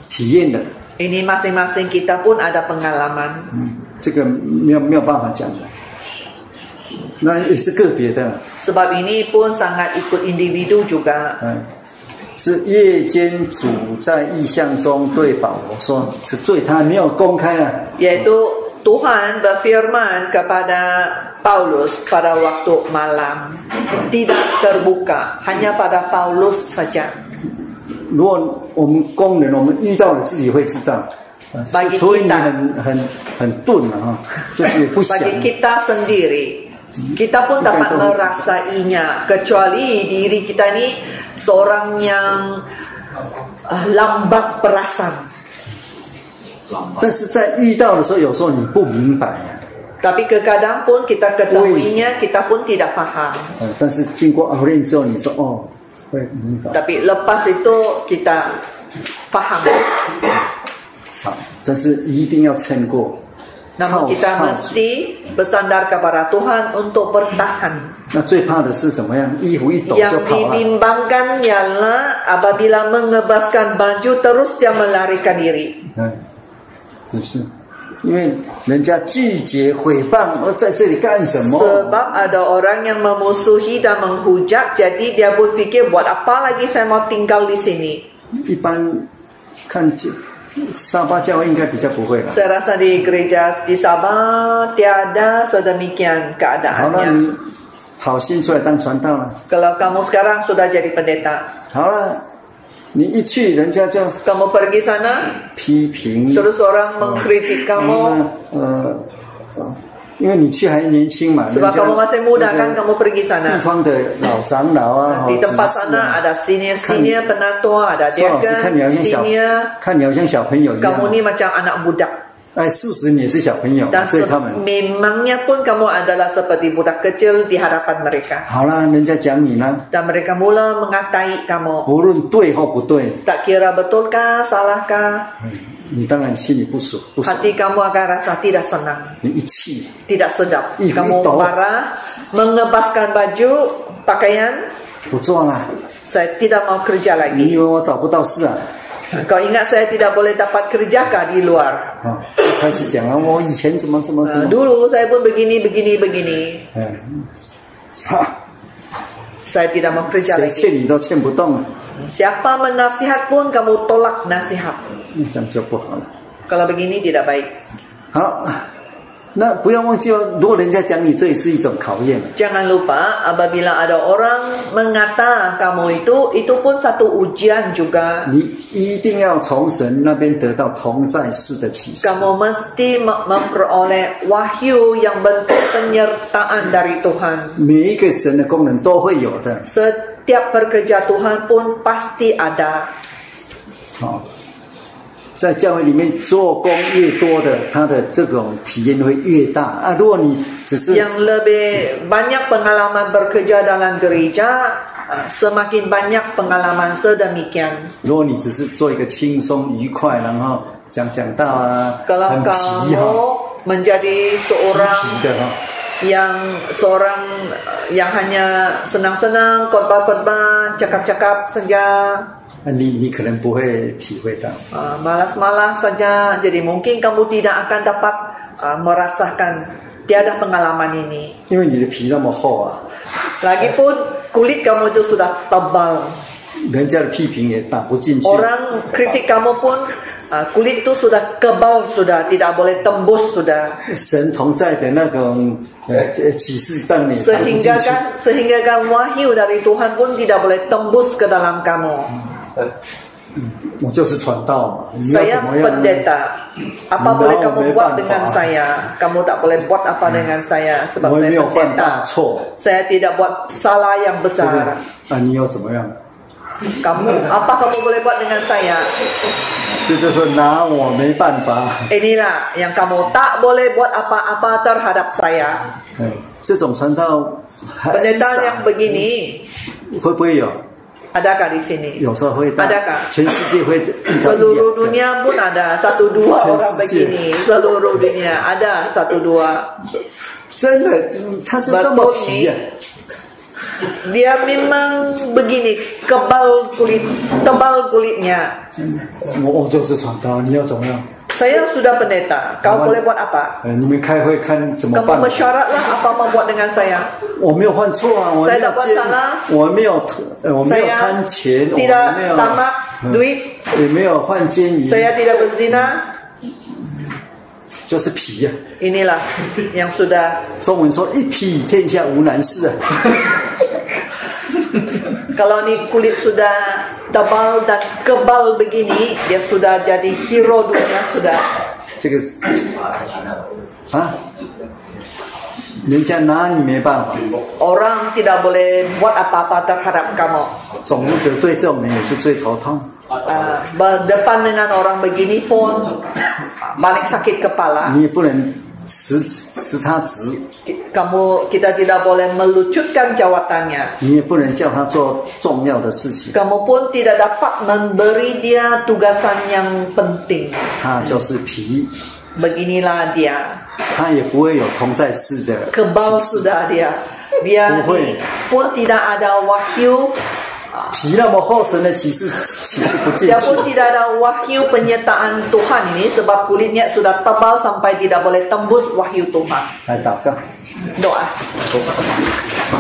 S1: 体验的，
S2: Ini masing-masing kita pun ada pengalaman.
S1: 这个没有没有办法讲的，那也是个别的，
S2: Sebab ini pun sangat ikut individu juga.
S1: 嗯，是夜间主在意象中对保罗说，是对他没有公开啊，
S2: Yaitu Tuhan berfirman kepada Paulus pada waktu malam. Tidak terbuka, hanya pada Paulus saja.
S1: 如果我们工人，我们遇到了自己会知道，啊
S2: 把你
S1: 除非你
S2: 打
S1: 很很很钝啊，就是不想
S2: Bagi kita sendiri, kita pun
S1: Bukan
S2: dapat
S1: Tuhan.
S2: merasainya. Kecuali diri kita ini seorang yang ah, lambat perasaan.
S1: 但是在遇到的时候，有时候你不明白啊，
S2: Tapi kadang pun kita ketahuinya, kita pun tidak paham.
S1: 呃，但是经过熬炼之后，你说哦，会明白
S2: Tapi lepas itu kita paham.
S1: 好，但是一定要撑过，
S2: Namun
S1: 靠
S2: kita
S1: 靠住。
S2: mesti bersandar kepada Tuhan untuk bertahan.
S1: 那最怕的是怎么样？衣服一抖就
S2: Yang
S1: 跑了。
S2: dibimbangkan ialah apabila mengebaskan baju terus dia melarikan diri.
S1: 嗯，只是因为人家拒绝诽谤，我在这里干什么？
S2: Sebab ada orang yang memusuhi dan menghujat, jadi dia pun fikir buat apa lagi saya mau tinggal di sini.
S1: 一般看见沙巴教会应该比较不会吧？
S2: Saya rasa di gereja di Sabah tiada sedemikian
S1: 好了，
S2: keadaannya.
S1: 你好心出来当传道了。
S2: Kalau kamu sekarang sudah jadi pendeta,
S1: 好了，你一去人家就
S2: kamu pergi sana,
S1: 批评你，
S2: terus orang mengkritik
S1: 那
S2: kamu
S1: 呃呃，因为你去还年轻嘛，人
S2: sebab
S1: 家
S2: kamu masih muda
S1: 那
S2: kan
S1: 个
S2: kamu pergi
S1: 地
S2: sana.
S1: 方的老长老啊，
S2: Di
S1: 哦
S2: tempat
S1: 执事
S2: sana
S1: 啊
S2: ada senior senior penatua, ada
S1: 说老师看你好
S2: deacon
S1: 像小
S2: senior.
S1: 看你好像小朋友一
S2: Kamu
S1: 样啊
S2: ni。macam anak budak
S1: 哎，事实你也是小朋友
S2: dan，
S1: 对
S2: se-
S1: 他们。
S2: memangnya pun kamu adalah seperti budak kecil di hadapan mereka
S1: 好啦，人家讲你呢，
S2: dan mereka mula mengatai kamu.
S1: 无论对或不对，
S2: Tak kira betulkah, salahkah,
S1: 你当然心里不舒不舒服，
S2: Hati kamu akan rasa tidak senang,
S1: 你一气，
S2: tidak sedap.
S1: Ih,
S2: Kamu
S1: itu.
S2: marah, mengebaskan baju, pakaian,
S1: 不做啦。
S2: saya tidak mau kerja
S1: 你以
S2: lagi.
S1: 为我找不到事啊？
S2: Kau ingat saya tidak boleh dapat kerja kah di luar?
S1: 啊、就开始讲了，我以前怎么怎么怎
S2: Eh,
S1: 么，
S2: dulu saya pun begini, begini, begini.
S1: 嗯，哈，
S2: Saya tidak mau kerja
S1: 谁
S2: lagi.
S1: 欠你都欠不动，
S2: Siapa menasihat pun kamu tolak nasihat.
S1: 那这样就不好了。
S2: Kalau begini tidak baik.
S1: 好，那不要忘记哦，如果人家讲你，这也是一种考验。
S2: Jangan lupa apabila ada orang mengata kamu itu, itu pun satu ujian juga.
S1: 你一定要从神那边得到同在世的启示，
S2: Kamu mesti me- memperoleh wahyu yang bentuk penyertaan dari Tuhan.
S1: 每一个神的功能都会有的。
S2: Setiap pekerja Tuhan pun pasti ada.
S1: 好，哦在教会里面做工越多的，他的这种体验会越大啊。如果你只是
S2: Yang lebih banyak pengalaman bekerja dalam gereja, eh, semakin banyak pengalaman sedemikian.
S1: 如果你只是做一个轻松愉快，然后讲讲哦道啊，
S2: Kalau
S1: 很
S2: kamu
S1: 皮哈，
S2: menjadi
S1: 皮
S2: seorang
S1: 皮的哈，
S2: yang seorang eh, yang hanya senang-senang, khotbah-khotbah, cakap-cakap senja,
S1: 啊你你可能不会体会到。
S2: Ah, malas-malas saja. Jadi mungkin kamu tidak akan dapat ah, merasakan tiada pengalaman ini.
S1: 因为你的皮那么厚啊，
S2: Lagipun kulit kamu itu sudah tebal.
S1: 人家的批评也打不进去。
S2: Orang kritik kamu pun ah, kulit itu sudah kebal sudah tidak boleh tembus sudah.
S1: 神同在的那种呃呃启示，让你打不进
S2: Sehingga
S1: 去。
S2: kan sehingga kan wahyu dari Tuhan pun tidak boleh tembus ke dalam kamu.
S1: 我就是传道嘛，你要
S2: Saya
S1: 怎么样呢？
S2: pendeta. Apa
S1: No,
S2: boleh kamu
S1: memang
S2: buat dengan
S1: tak.
S2: saya? Kamu tak boleh buat apa dengan saya sebab
S1: 我也
S2: saya
S1: 没有犯
S2: pendeta.
S1: 大错，
S2: Saya tidak buat salah yang
S1: 对不对
S2: besar.？
S1: 啊，你又怎么样？
S2: Kamu apa kamu boleh buat dengan saya?
S1: 这就是拿我没办法。
S2: Inilah yang kamu tak boleh buat apa-apa terhadap saya.
S1: 嗯，这种传道很
S2: Pendeta
S1: 少
S2: yang begini
S1: 会不会有？
S2: adakah di sini?
S1: 有时候会到
S2: Adakah？
S1: 全世界会遇到一两个
S2: Seluruh dunia pun ada satu dua
S1: Saya
S2: orang
S1: setuju.
S2: begini. Seluruh dunia ada satu dua.
S1: 真的，嗯他就这么
S2: Betul
S1: 皮
S2: ni.
S1: 呀、
S2: Dia memang begini, kebal kulit, tebal kulitnya.
S1: 我我就是传道，你要怎么样？
S2: Saya sudah pendeta. Kau
S1: Kawan-
S2: boleh buat apa?
S1: 呃，你们开会看怎么
S2: Kamu
S1: 办？
S2: bersyaratlah apa mau buat dengan saya.
S1: 我没有犯错啊，我没
S2: 塞
S1: 有
S2: 到巴
S1: 奸
S2: 萨拉，
S1: 我没有贪，呃我没有
S2: Saya
S1: 贪钱，我
S2: tidak
S1: 没有
S2: tamak
S1: 嗯
S2: duit.
S1: 也没有犯奸淫，
S2: Saya tidak berzina.
S1: 就是皮呀、
S2: Inilah yang sudah
S1: 中文说一皮天下无难事啊，
S2: Kalau ni kulit sudah tebal dan kebal begini, dia sudah jadi hero dunia sudah.
S1: 这个啊，人家拿你没办法。
S2: Orang tidak boleh buat apa-apa terhadap kamu.
S1: 总务者对这种人也是最头痛。
S2: Ah, berdepan dengan orang begini pun balik sakit kepala.
S1: 你也不能辞辞他职，
S2: Ki- Kamu kita tidak boleh melucutkan jawatannya.
S1: 你也不能叫他做重要的事情，
S2: Kamu pun tidak dapat memberi dia tugasan yang penting.
S1: 他就是皮，
S2: Beginilah dia.
S1: 他也不会有同在世的
S2: Kebal
S1: 启示
S2: sudah dia. Dia
S1: Bukan.
S2: ni pun tidak ada wahyu
S1: 皮那么厚，神的启示启示不进
S2: Dia
S1: 去。
S2: pun tidak ada wahyu penyertaan Tuhan ini sebab kulitnya sudah tebal sampai tidak boleh tembus wahyu Tuhan.
S1: 来祷告，
S2: Doa.